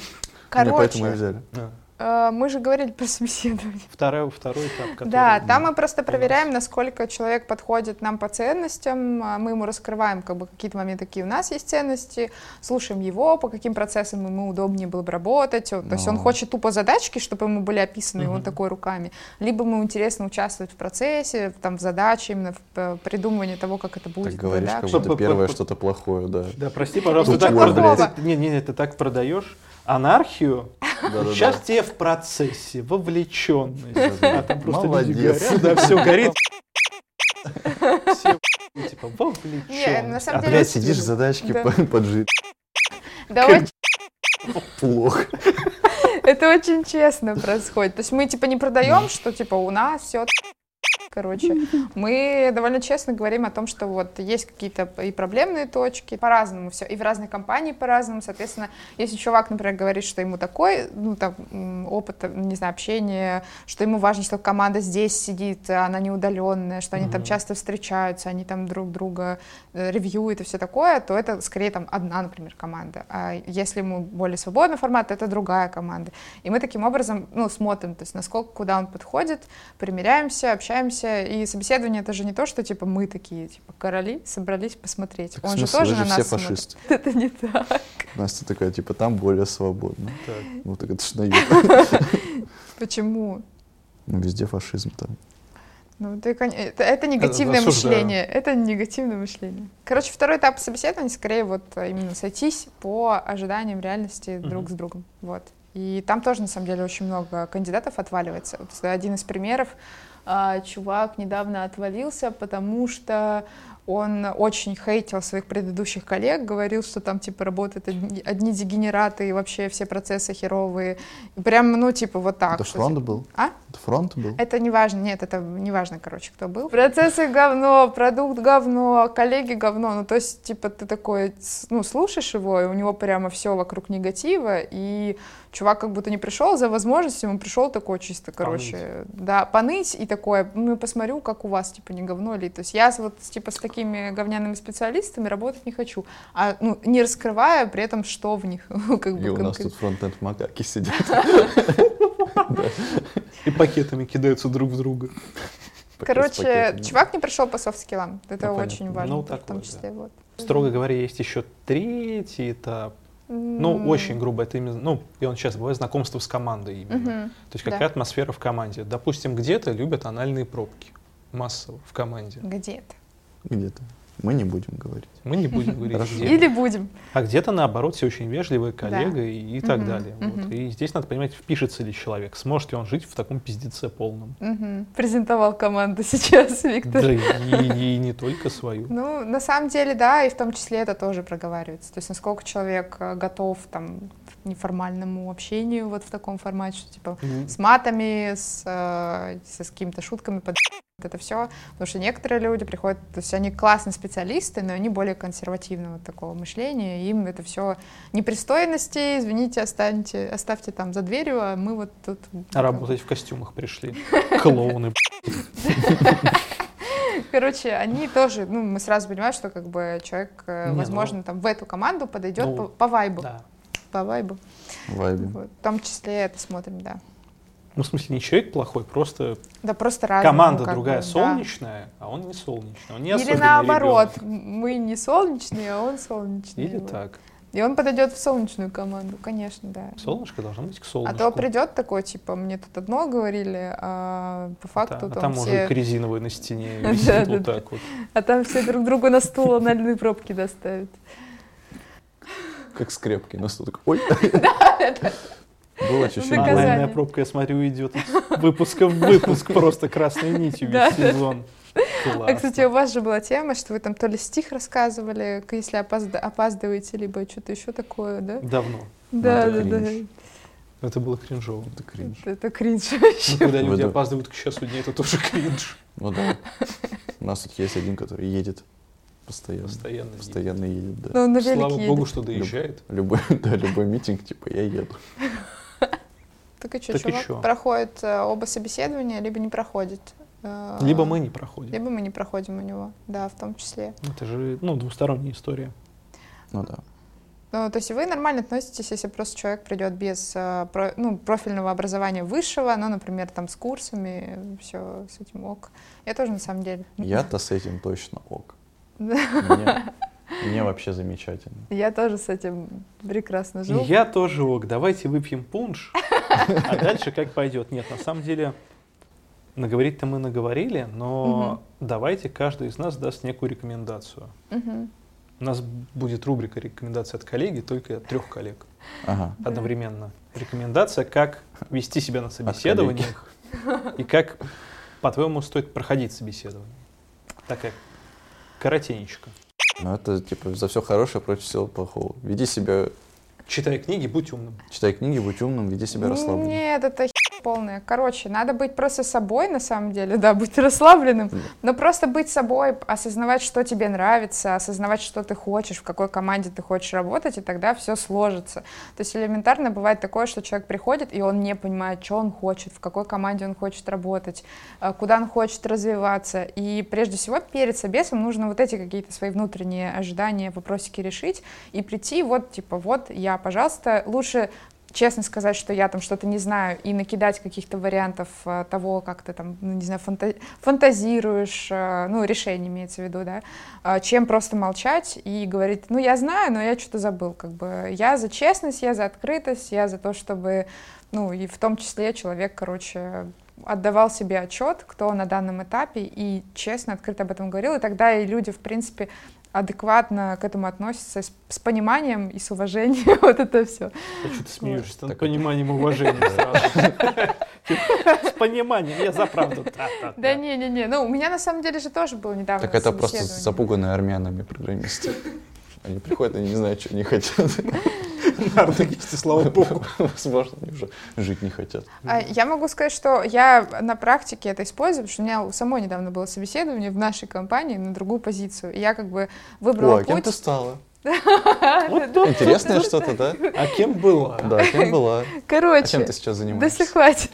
Speaker 2: поэтому и
Speaker 3: Короче,
Speaker 2: взяли.
Speaker 1: Да.
Speaker 3: э, мы же говорили про собеседование.
Speaker 1: А. Второй, второй этап, который...
Speaker 3: Да, там мы просто
Speaker 1: у
Speaker 3: проверяем, насколько человек подходит нам по ценностям, а, мы ему раскрываем как бы какие-то моменты, какие у нас есть ценности, слушаем его, по каким процессам ему удобнее было бы работать, то есть он
Speaker 2: Ну.
Speaker 3: хочет тупо задачки, чтобы ему были описаны, и он
Speaker 1: Мгм.
Speaker 3: такой руками, либо ему интересно участвовать в процессе, там, в задаче, именно в э, придумывании того, как это будет.
Speaker 2: Так говоришь,
Speaker 3: да.
Speaker 2: как
Speaker 1: Чтобы
Speaker 2: будто первое
Speaker 1: по-
Speaker 2: что-то плохое, да.
Speaker 1: Да, прости, пожалуйста,
Speaker 3: Ничего
Speaker 1: так продаешь.
Speaker 3: плохого.
Speaker 1: Не, не, не, ты так продаешь анархию.
Speaker 2: Да-да-да.
Speaker 1: Сейчас тебе в процессе вовлеченность.
Speaker 2: Да-да.
Speaker 1: А там просто люди
Speaker 2: Молодец.
Speaker 1: горят, да, все горит. Все, типа,
Speaker 3: Не, на
Speaker 1: вовлеченность.
Speaker 3: самом
Speaker 1: А
Speaker 3: деле-
Speaker 2: Блядь, сидишь задачки
Speaker 3: Да.
Speaker 2: по- поджи.
Speaker 3: Да, очень-
Speaker 2: Плохо.
Speaker 3: это очень честно происходит, то есть мы типа не продаем, что типа у нас все Короче, мы довольно честно говорим о том, что вот есть какие-то и проблемные точки, по-разному все, и в разных компаниях по-разному, соответственно, если чувак, например, говорит, что ему такой, ну, там, м, опыт, э, не знаю, общения, что ему важно, что команда здесь сидит, а она не удаленная, что они там
Speaker 1: Мгм.
Speaker 3: часто встречаются, они там друг друга э, ревьюют и все такое, то это скорее там одна, например, команда. А если ему более свободный формат, то это другая команда. И мы таким образом, ну, смотрим, то есть насколько, куда он подходит, примеряемся, общаемся. И собеседование это же не то, что типа мы такие, типа короли собрались посмотреть.
Speaker 2: Так
Speaker 3: он
Speaker 2: в
Speaker 3: же
Speaker 2: смысле?
Speaker 3: тоже
Speaker 2: Вы
Speaker 3: на
Speaker 2: же
Speaker 3: нас
Speaker 2: все
Speaker 3: смотрит.
Speaker 2: фашисты.
Speaker 3: Это не так.
Speaker 2: Настя такая, типа, там более свободно.
Speaker 1: Так.
Speaker 2: Ну, так это ж наеб.
Speaker 3: Почему?
Speaker 2: Ну, Везде фашизм там.
Speaker 3: Ну, ты, кон- это, это негативное
Speaker 1: Э, осуждаю.
Speaker 3: мышление. Это негативное мышление. Короче, второй этап собеседования скорее вот э, именно сойтись по ожиданиям реальности
Speaker 1: Мгм.
Speaker 3: друг с другом. Вот. И там тоже, на самом деле, очень много кандидатов отваливается. Вот э, один из примеров. а, Чувак недавно отвалился, потому что он очень хейтил своих предыдущих коллег, говорил, что там, типа, работают одни, одни дегенераты, и вообще все процессы херовые. Прям, ну, типа, вот так.
Speaker 2: Это ж
Speaker 3: что,
Speaker 2: фронт
Speaker 3: типа,
Speaker 2: был?
Speaker 3: А?
Speaker 2: Это фронт был?
Speaker 3: это не важно, нет, это не важно, короче, кто был. Процессы говно, продукт говно, коллеги говно. Ну, то есть, типа, ты такой, с- ну, слушаешь его, и у него прямо все вокруг негатива, и чувак как будто не пришел за возможностью, он пришел такой чисто, короче, да, поныть и такое, ну, посмотрю, как у вас, типа, не говно ли. То есть я с- вот, типа, с такими говняными специалистами работать не хочу, а, ну, не раскрывая при этом, что в них, как бы,
Speaker 2: И у нас
Speaker 3: конкретно.
Speaker 2: тут фронт-энд макаки сидят.
Speaker 1: И пакетами кидаются друг в друга.
Speaker 3: Короче,
Speaker 2: Пакет с пакетами.
Speaker 3: чувак не пришел по софт-скиллам. Это
Speaker 2: Ну,
Speaker 3: очень
Speaker 2: понятно.
Speaker 3: важно,
Speaker 1: Ну,
Speaker 3: в том
Speaker 1: такое, да.
Speaker 3: числе. Вот.
Speaker 1: Строго говоря, есть еще третий этап. Ну,
Speaker 3: М.
Speaker 1: очень грубо. Это именно, ну, и он сейчас бывает знакомство с командой именно.
Speaker 3: Мгм.
Speaker 1: То есть
Speaker 3: Да.
Speaker 1: какая атмосфера в команде. Допустим, где-то любят анальные пробки массово в команде.
Speaker 3: Где это?
Speaker 2: Где-то. Мы не будем говорить.
Speaker 1: Мы не будем говорить,
Speaker 2: Хорошо.
Speaker 1: где.
Speaker 3: Или будем.
Speaker 1: А где-то, наоборот, все очень вежливые коллега и, и так
Speaker 3: Мгм,
Speaker 1: далее. Вот.
Speaker 3: мгм.
Speaker 1: И здесь надо понимать, впишется ли человек, сможет ли он жить в таком пиздеце полном.
Speaker 3: Мгм. Презентовал команду сейчас Виктор.
Speaker 1: Да и, и- и не только свою.
Speaker 3: Ну, на самом деле, да, и в том числе это тоже проговаривается. То есть, насколько человек э, готов там к неформальному общению вот в таком формате, что типа
Speaker 1: М,
Speaker 3: с матами, с, э, со- с какими-то шутками, под это все. Потому что некоторые люди приходят, то есть они классные специалисты, но они более консервативного такого мышления, им это все непристойности, извините, останьте, оставьте там за дверью, а мы вот тут...
Speaker 1: А Работать в костюмах пришли. Клоуны. б***ь.
Speaker 3: Короче, они тоже, ну, мы сразу понимаем, что как бы человек, э,
Speaker 1: Не, ну-
Speaker 3: возможно, там в эту команду подойдет
Speaker 1: Ну,
Speaker 3: по, по вайбу.
Speaker 1: Да.
Speaker 3: По вайбу.
Speaker 2: Вайбе.
Speaker 3: Вот. В том числе это смотрим, да.
Speaker 1: Ну, в смысле, не человек плохой, просто
Speaker 3: Да просто разные.
Speaker 1: команда другая солнечная, а он не солнечный. Он не
Speaker 3: Или
Speaker 1: особенный
Speaker 3: наоборот,
Speaker 1: ребенок.
Speaker 3: мы не солнечные, а он солнечный.
Speaker 1: Или
Speaker 3: вот.
Speaker 1: так.
Speaker 3: И он подойдет в солнечную команду, конечно, да.
Speaker 1: Солнышко должно быть к
Speaker 3: А
Speaker 1: солнышку.
Speaker 3: то придет такой, типа, мне тут одно говорили, а по
Speaker 1: А
Speaker 3: факту
Speaker 1: та- а
Speaker 3: там,
Speaker 1: там
Speaker 3: все...
Speaker 1: мужик резиновый на стене
Speaker 3: Да,
Speaker 1: висит
Speaker 3: да,
Speaker 1: вот
Speaker 3: да.
Speaker 1: так вот.
Speaker 3: А там все друг другу на стул анальные пробки доставят.
Speaker 2: Как скрепки. Нас тут такой, ой. Было чуть-чуть.
Speaker 3: Наказание.
Speaker 2: больно.
Speaker 1: Анальная пробка, я смотрю, идет из выпуска в выпуск просто красной нитью
Speaker 3: Да.
Speaker 1: весь сезон.
Speaker 3: А, кстати, у
Speaker 1: Классно.
Speaker 3: вас же была тема, что вы там то ли стих рассказывали, к- если опозда- опаздываете, либо что-то еще такое, да?
Speaker 1: Давно.
Speaker 3: Да,
Speaker 2: это
Speaker 3: да, да.
Speaker 2: кринж.
Speaker 1: Это было кринжово.
Speaker 2: Это кринж.
Speaker 3: Это кринж
Speaker 1: Ну,
Speaker 3: вообще.
Speaker 1: когда люди
Speaker 2: Выдох.
Speaker 1: опаздывают к часу дня, это тоже кринж.
Speaker 2: Ну да. У нас тут есть один, который едет постоянно.
Speaker 1: Постоянно.
Speaker 2: Постоянно едет, да.
Speaker 3: Ну, он на велике
Speaker 1: Слава
Speaker 3: едет.
Speaker 1: богу, что доезжает.
Speaker 2: Любой, да, любой митинг, типа, я еду.
Speaker 3: Так и что,
Speaker 1: Так и
Speaker 3: чувак
Speaker 1: чё?
Speaker 3: проходит э, оба собеседования, либо не проходит. Э,
Speaker 1: Либо мы не проходим.
Speaker 3: Либо мы не проходим у него, да, в том числе.
Speaker 1: Это же, ну, двусторонняя история.
Speaker 2: Ну да.
Speaker 3: Ну, то есть вы нормально относитесь, если просто человек придет без э, про- ну, профильного образования высшего, ну, например, там с курсами, все с этим ок. Я тоже на самом деле.
Speaker 2: Я-то с этим точно ок.
Speaker 3: Да.
Speaker 2: Мне, мне вообще замечательно.
Speaker 3: Я тоже с этим прекрасно
Speaker 1: И
Speaker 3: живу.
Speaker 1: я тоже ок, давайте выпьем пунш, а дальше как пойдет. Нет, на самом деле, наговорить-то мы наговорили, но давайте каждый из нас даст некую рекомендацию.
Speaker 3: Мгм.
Speaker 1: У нас будет рубрика рекомендации от коллеги, только от трех коллег
Speaker 2: Ага.
Speaker 3: Да.
Speaker 1: одновременно. Рекомендация, как вести себя на
Speaker 2: коллеги.
Speaker 1: собеседованиях и как, по-твоему, стоит проходить собеседование. Такая коротенечко.
Speaker 2: Ну это, типа, за все хорошее против всего плохого. Веди себя,
Speaker 1: Читай книги, будь умным.
Speaker 2: читай книги, будь умным, веди себя расслабленно.
Speaker 3: Нет, это полная. Короче, надо быть просто собой, на самом деле, да, быть расслабленным, но просто быть собой, осознавать, что тебе нравится, осознавать, что ты хочешь, в какой команде ты хочешь работать, и тогда все сложится. То есть элементарно бывает такое, что человек приходит, и он не понимает, что он хочет, в какой команде он хочет работать, э, куда он хочет развиваться. И прежде всего перед собесом нужно вот эти какие-то свои внутренние ожидания, вопросики решить и прийти вот типа вот я, пожалуйста, лучше честно сказать, что я там что-то не знаю, и накидать каких-то вариантов э, того, как ты там, ну, не знаю, фанта- фантазируешь, э, ну, решение имеется в виду, да, э, чем просто молчать и говорить, ну, я знаю, но я что-то забыл, как бы, я за честность, я за открытость, я за то, чтобы, ну, и в том числе человек, короче, отдавал себе отчет, кто на данном этапе, и честно, открыто об этом говорил, и тогда и люди, в принципе, адекватно к этому относятся, с, с пониманием и с уважением, вот это все.
Speaker 1: А что ты смеешься? Вот. С пониманием и уважением сразу. Типа, С пониманием, я за правду.
Speaker 3: Да не-не-не, ну у меня на самом деле же тоже было недавно
Speaker 2: Так это просто запуганные армянами программисты. Они приходят и не знают, что они хотят.
Speaker 1: Нардыгисты, слава богу.
Speaker 2: Возможно, они уже жить не хотят.
Speaker 3: А Я могу сказать, что я на практике это использую, потому что у меня самой недавно было собеседование в нашей компании на другую позицию. И я как бы выбрала
Speaker 2: О, а кем
Speaker 3: путь...
Speaker 2: ты стала?
Speaker 1: Интересное
Speaker 2: Интересное что-то, да?
Speaker 1: А кем была?
Speaker 2: Да, кем была? А
Speaker 3: Короче,
Speaker 2: чем ты сейчас
Speaker 3: да если
Speaker 2: занимаешься?
Speaker 3: хватит.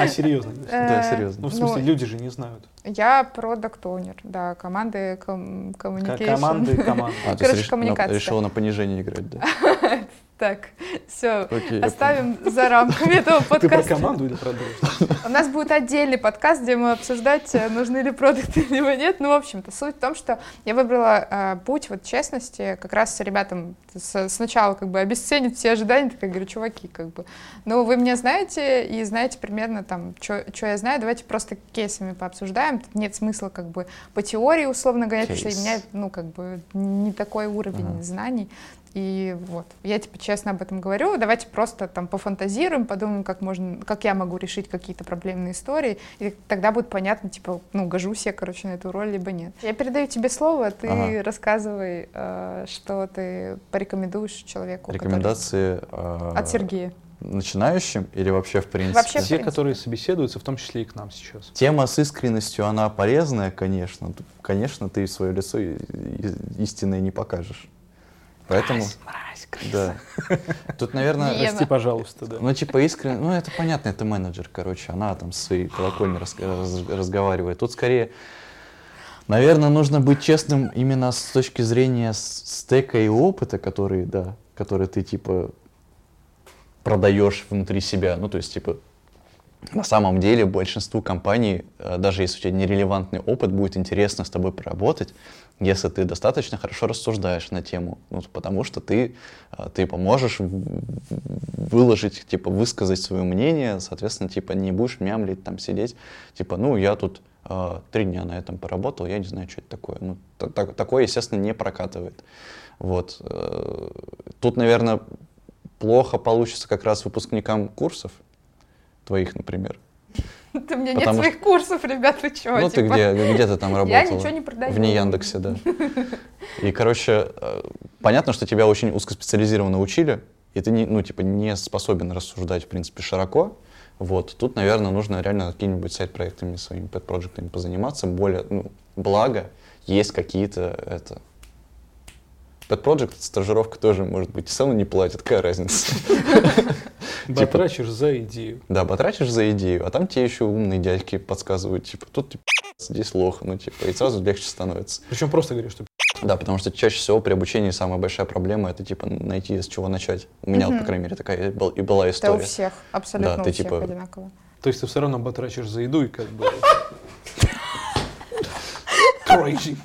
Speaker 1: А серьезно?
Speaker 2: Да,
Speaker 3: Э,
Speaker 1: Ну,
Speaker 2: серьезно.
Speaker 1: в смысле,
Speaker 3: ну,
Speaker 1: люди же не знают.
Speaker 3: Я продакт оунер да, команды ком-
Speaker 1: К-
Speaker 3: communication.
Speaker 1: Команды, команды.
Speaker 2: А, то
Speaker 3: короче,
Speaker 2: есть реш- на-
Speaker 3: коммуникация.
Speaker 2: решила на понижение играть, да?
Speaker 3: Так, все,
Speaker 2: Окей, я
Speaker 3: оставим за рамками этого
Speaker 1: Ты про
Speaker 3: подкаста.
Speaker 1: команду или про дружбу?
Speaker 3: У нас будет отдельный подкаст, где мы обсуждать, э, нужны ли продукты, либо нет. Ну, в общем-то, суть в том, что я выбрала э, путь вот честности, как раз с ребятам с- сначала как бы обесценить все ожидания, так я говорю, чуваки, как бы, ну, вы меня знаете и знаете примерно там, что я знаю, давайте просто кейсами пообсуждаем, Тут нет смысла как бы по теории условно гонять, потому
Speaker 2: Кейс.
Speaker 3: что у меня, ну, как бы не такой уровень
Speaker 2: Ага.
Speaker 3: знаний, и вот, я типа честно об этом говорю, давайте просто там пофантазируем, подумаем, как можно, как я могу решить какие-то проблемные истории, и тогда будет понятно, типа, ну, гожусь я, короче, на эту роль, либо нет. Я передаю тебе слово, ты
Speaker 2: Ага.
Speaker 3: рассказывай, э, что ты порекомендуешь человеку. который-
Speaker 2: Рекомендации э,
Speaker 3: От Сергея.
Speaker 2: начинающим или вообще в принципе?
Speaker 3: Вообще, в
Speaker 1: Все,
Speaker 3: принципе.
Speaker 1: которые собеседуются, в том числе и к нам сейчас.
Speaker 2: Тема с искренностью, она полезная, конечно. Т- Конечно, ты свое лицо и- и- истинное не покажешь. Поэтому... да. Тут, наверное...
Speaker 3: Е-
Speaker 1: Прости, пожалуйста, да.
Speaker 2: Ну, типа искренне, ну это понятно, это менеджер, короче, она там с своей колокольни раз- раз- разговаривает. Тут скорее, наверное, нужно быть честным именно с точки зрения с- стека и опыта, которые, да, которые ты типа продаешь внутри себя. Ну, то есть, типа, на самом деле большинству компаний, э, даже если у тебя нерелевантный опыт, будет интересно с тобой поработать, если ты достаточно хорошо рассуждаешь на тему, ну, потому что ты, э, ты поможешь в- в- выложить, типа, высказать свое мнение, соответственно, типа, не будешь мямлить, там, сидеть, типа, ну, я тут э, три дня на этом поработал, я не знаю, что это такое. Ну, та- та- такое, естественно, не прокатывает. Вот. э, Тут, наверное, плохо получится как раз выпускникам курсов, твоих, например.
Speaker 3: Да У меня нет
Speaker 2: потому
Speaker 3: своих курсов, ребят, вы чего?
Speaker 2: ну, ты
Speaker 3: типа?
Speaker 2: где, где ты там работала?
Speaker 3: Я ничего не продаю.
Speaker 2: В Яндексе, да. И, короче, э, понятно, что тебя очень узкоспециализированно учили, и ты, не, ну, типа, не способен рассуждать, в принципе, широко. Вот, тут, наверное, нужно реально какими-нибудь сайт-проектами своими, пэт-проектами позаниматься. Более, ну, благо, есть какие-то, это... Пэт-проект, стажировка тоже, может быть, все равно не платят, какая разница.
Speaker 1: Батрачишь за идею.
Speaker 2: Да, потратишь за идею, а там тебе еще умные дядьки подсказывают, типа, тут ты пи***ц, здесь лох, ну, типа, и сразу легче становится.
Speaker 1: Причем просто говоришь, что
Speaker 2: Да, потому что чаще всего при обучении самая большая проблема это, типа, найти с чего начать. У меня, вот, по крайней мере, такая и был- и была
Speaker 3: Это у
Speaker 2: история.
Speaker 3: всех, абсолютно
Speaker 2: Да,
Speaker 3: у
Speaker 2: ты
Speaker 3: всех
Speaker 2: типа-
Speaker 3: одинаково.
Speaker 1: То есть ты все равно батрачишь за еду и как бы... Crazy.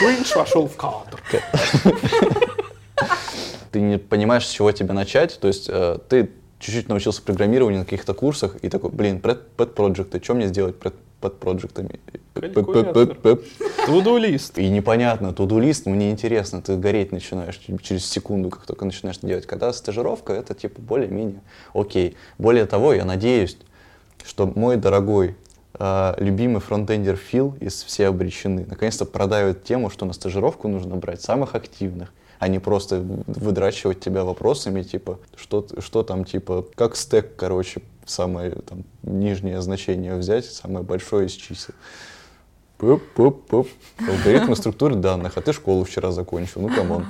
Speaker 1: Кринж вошел в кадр.
Speaker 2: Ты не понимаешь, с чего тебе начать, то есть э, ты чуть-чуть научился программированию на каких-то курсах и такой, блин, pet проекты что мне сделать pet проектами
Speaker 1: Калькулятор. Тудулист.
Speaker 2: И непонятно, тудулист, мне интересно, ты гореть начинаешь ч- через секунду, как только начинаешь это делать. Когда стажировка, это типа более-менее окей. Более того, я надеюсь, что мой дорогой э, любимый фронтендер Фил из «Все обречены» наконец-то продавит тему, что на стажировку нужно брать самых активных, а не просто выдрачивать тебя вопросами, типа, что, что там, типа, как стек, короче, самое там, нижнее значение взять, самое большое из чисел. Пуп, пуп, пуп. Алгоритмы структуры данных, а ты школу вчера закончил, ну камон.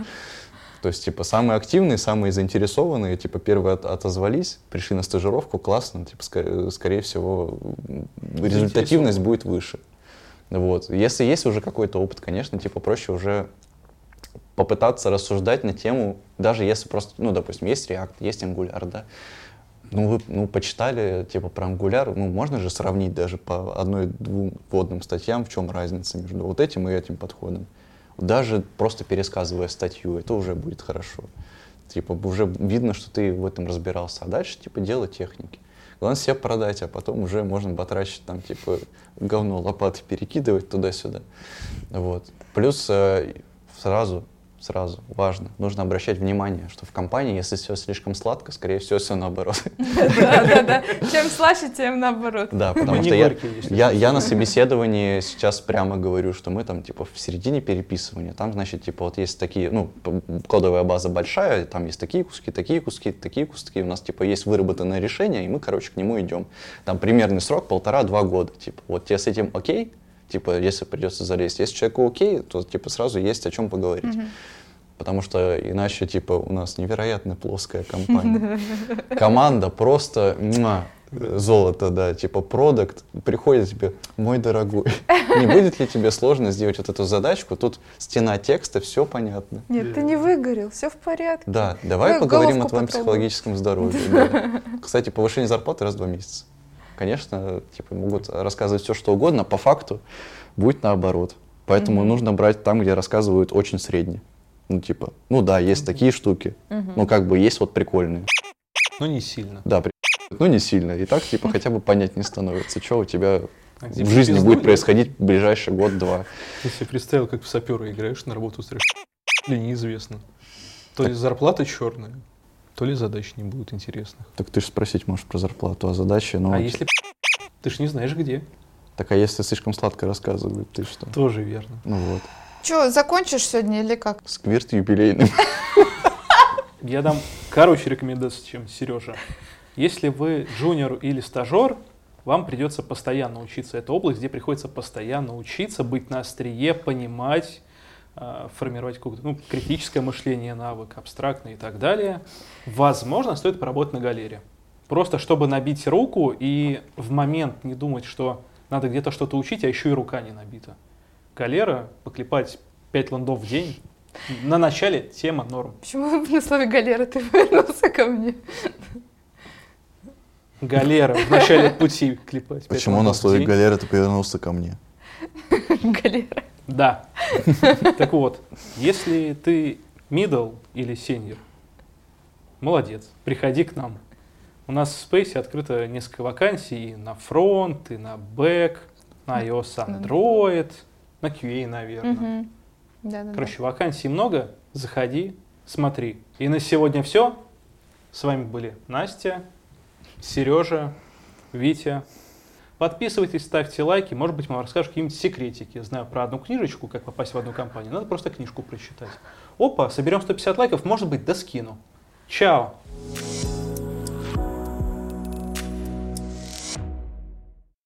Speaker 2: То есть, типа, самые активные, самые заинтересованные, типа, первые от, отозвались, пришли на стажировку, классно, типа, скорее, скорее всего, результативность будет выше. Вот. Если есть уже какой-то опыт, конечно, типа, проще уже попытаться рассуждать на тему, даже если просто, ну, допустим, есть React, есть Angular, да, ну, вы ну, почитали, типа, про Angular, ну, можно же сравнить даже по одной-двум вводным статьям, в чем разница между вот этим и этим подходом даже просто пересказывая статью, это уже будет хорошо. Типа, уже видно, что ты в этом разбирался. А дальше, типа, дело техники. Главное себя продать, а потом уже можно батрачить там, типа, говно лопаты перекидывать туда-сюда. Вот. Плюс э, сразу, сразу, важно, нужно обращать внимание, что в компании, если все слишком сладко, скорее всего, все наоборот.
Speaker 4: Да, да, да. Чем слаще, тем наоборот.
Speaker 2: Да, потому что я, я, я на собеседовании сейчас прямо говорю, что мы там типа в середине переписывания, там, значит, типа вот есть такие, ну, кодовая база большая, там есть такие куски, такие куски, такие куски, у нас типа есть выработанное решение, и мы, короче, к нему идем. Там примерный срок полтора-два года, типа, вот тебе с этим окей, типа, если придется залезть. Если человеку окей, то, типа, сразу есть о чем поговорить. Mm-hmm. Потому что иначе, типа, у нас невероятно плоская компания. Команда просто муа, золото, да, типа продукт приходит тебе, мой дорогой, не будет ли тебе сложно сделать вот эту задачку? Тут стена текста, все понятно.
Speaker 4: Нет, ты не выгорел, все в порядке.
Speaker 2: Да, давай ну, поговорим о твоем потрогал. психологическом здоровье. Да. Кстати, повышение зарплаты раз в два месяца конечно, типа, могут рассказывать все, что угодно, а по факту будет наоборот. Поэтому mm-hmm. нужно брать там, где рассказывают очень средне. Ну, типа, ну да, есть mm-hmm. такие штуки, mm-hmm. ну как бы есть вот прикольные.
Speaker 1: Ну, не сильно.
Speaker 2: Да, при... ну не сильно. И так, типа, хотя бы понять не становится, что у тебя а в жизни пизду, будет происходить в ближайший год-два.
Speaker 1: Я себе представил, как в сапера играешь, на работу устраиваешь, или неизвестно. То ли зарплата черная, то ли задач не будет интересных.
Speaker 2: Так ты же спросить можешь про зарплату, а задачи, ну...
Speaker 1: А если ты ж не знаешь где.
Speaker 2: Так а если слишком сладко рассказывают, ты что?
Speaker 1: Тоже верно.
Speaker 2: Ну вот.
Speaker 3: Че, закончишь сегодня или как?
Speaker 2: Сквирт юбилейным.
Speaker 1: Я дам короче рекомендацию, чем Сережа. Если вы джуниор или стажер, вам придется постоянно учиться. Это область, где приходится постоянно учиться, быть на острие, понимать, формировать какое-то ну, критическое мышление, навык, абстрактный и так далее, возможно, стоит поработать на галере. Просто чтобы набить руку и в момент не думать, что надо где-то что-то учить, а еще и рука не набита. Галера, поклепать 5 ландов в день, на начале тема норм.
Speaker 4: Почему на слове галера ты вернулся ко мне?
Speaker 1: Галера, в начале пути клепать.
Speaker 2: Почему на слове галера ты повернулся ко мне?
Speaker 4: Галера.
Speaker 1: Да. Так вот, если ты middle или senior, молодец, приходи к нам. У нас в Space открыто несколько вакансий и на фронт, и на бэк, на iOS Android, на QA, наверное.
Speaker 3: Угу. Да, да,
Speaker 1: Короче, вакансий много, заходи, смотри. И на сегодня все. С вами были Настя, Сережа, Витя. Подписывайтесь, ставьте лайки. Может быть, мы вам расскажем какие-нибудь секретики. Знаю про одну книжечку, как попасть в одну компанию. Надо просто книжку прочитать. Опа, соберем 150 лайков, может быть, да скину. Чао!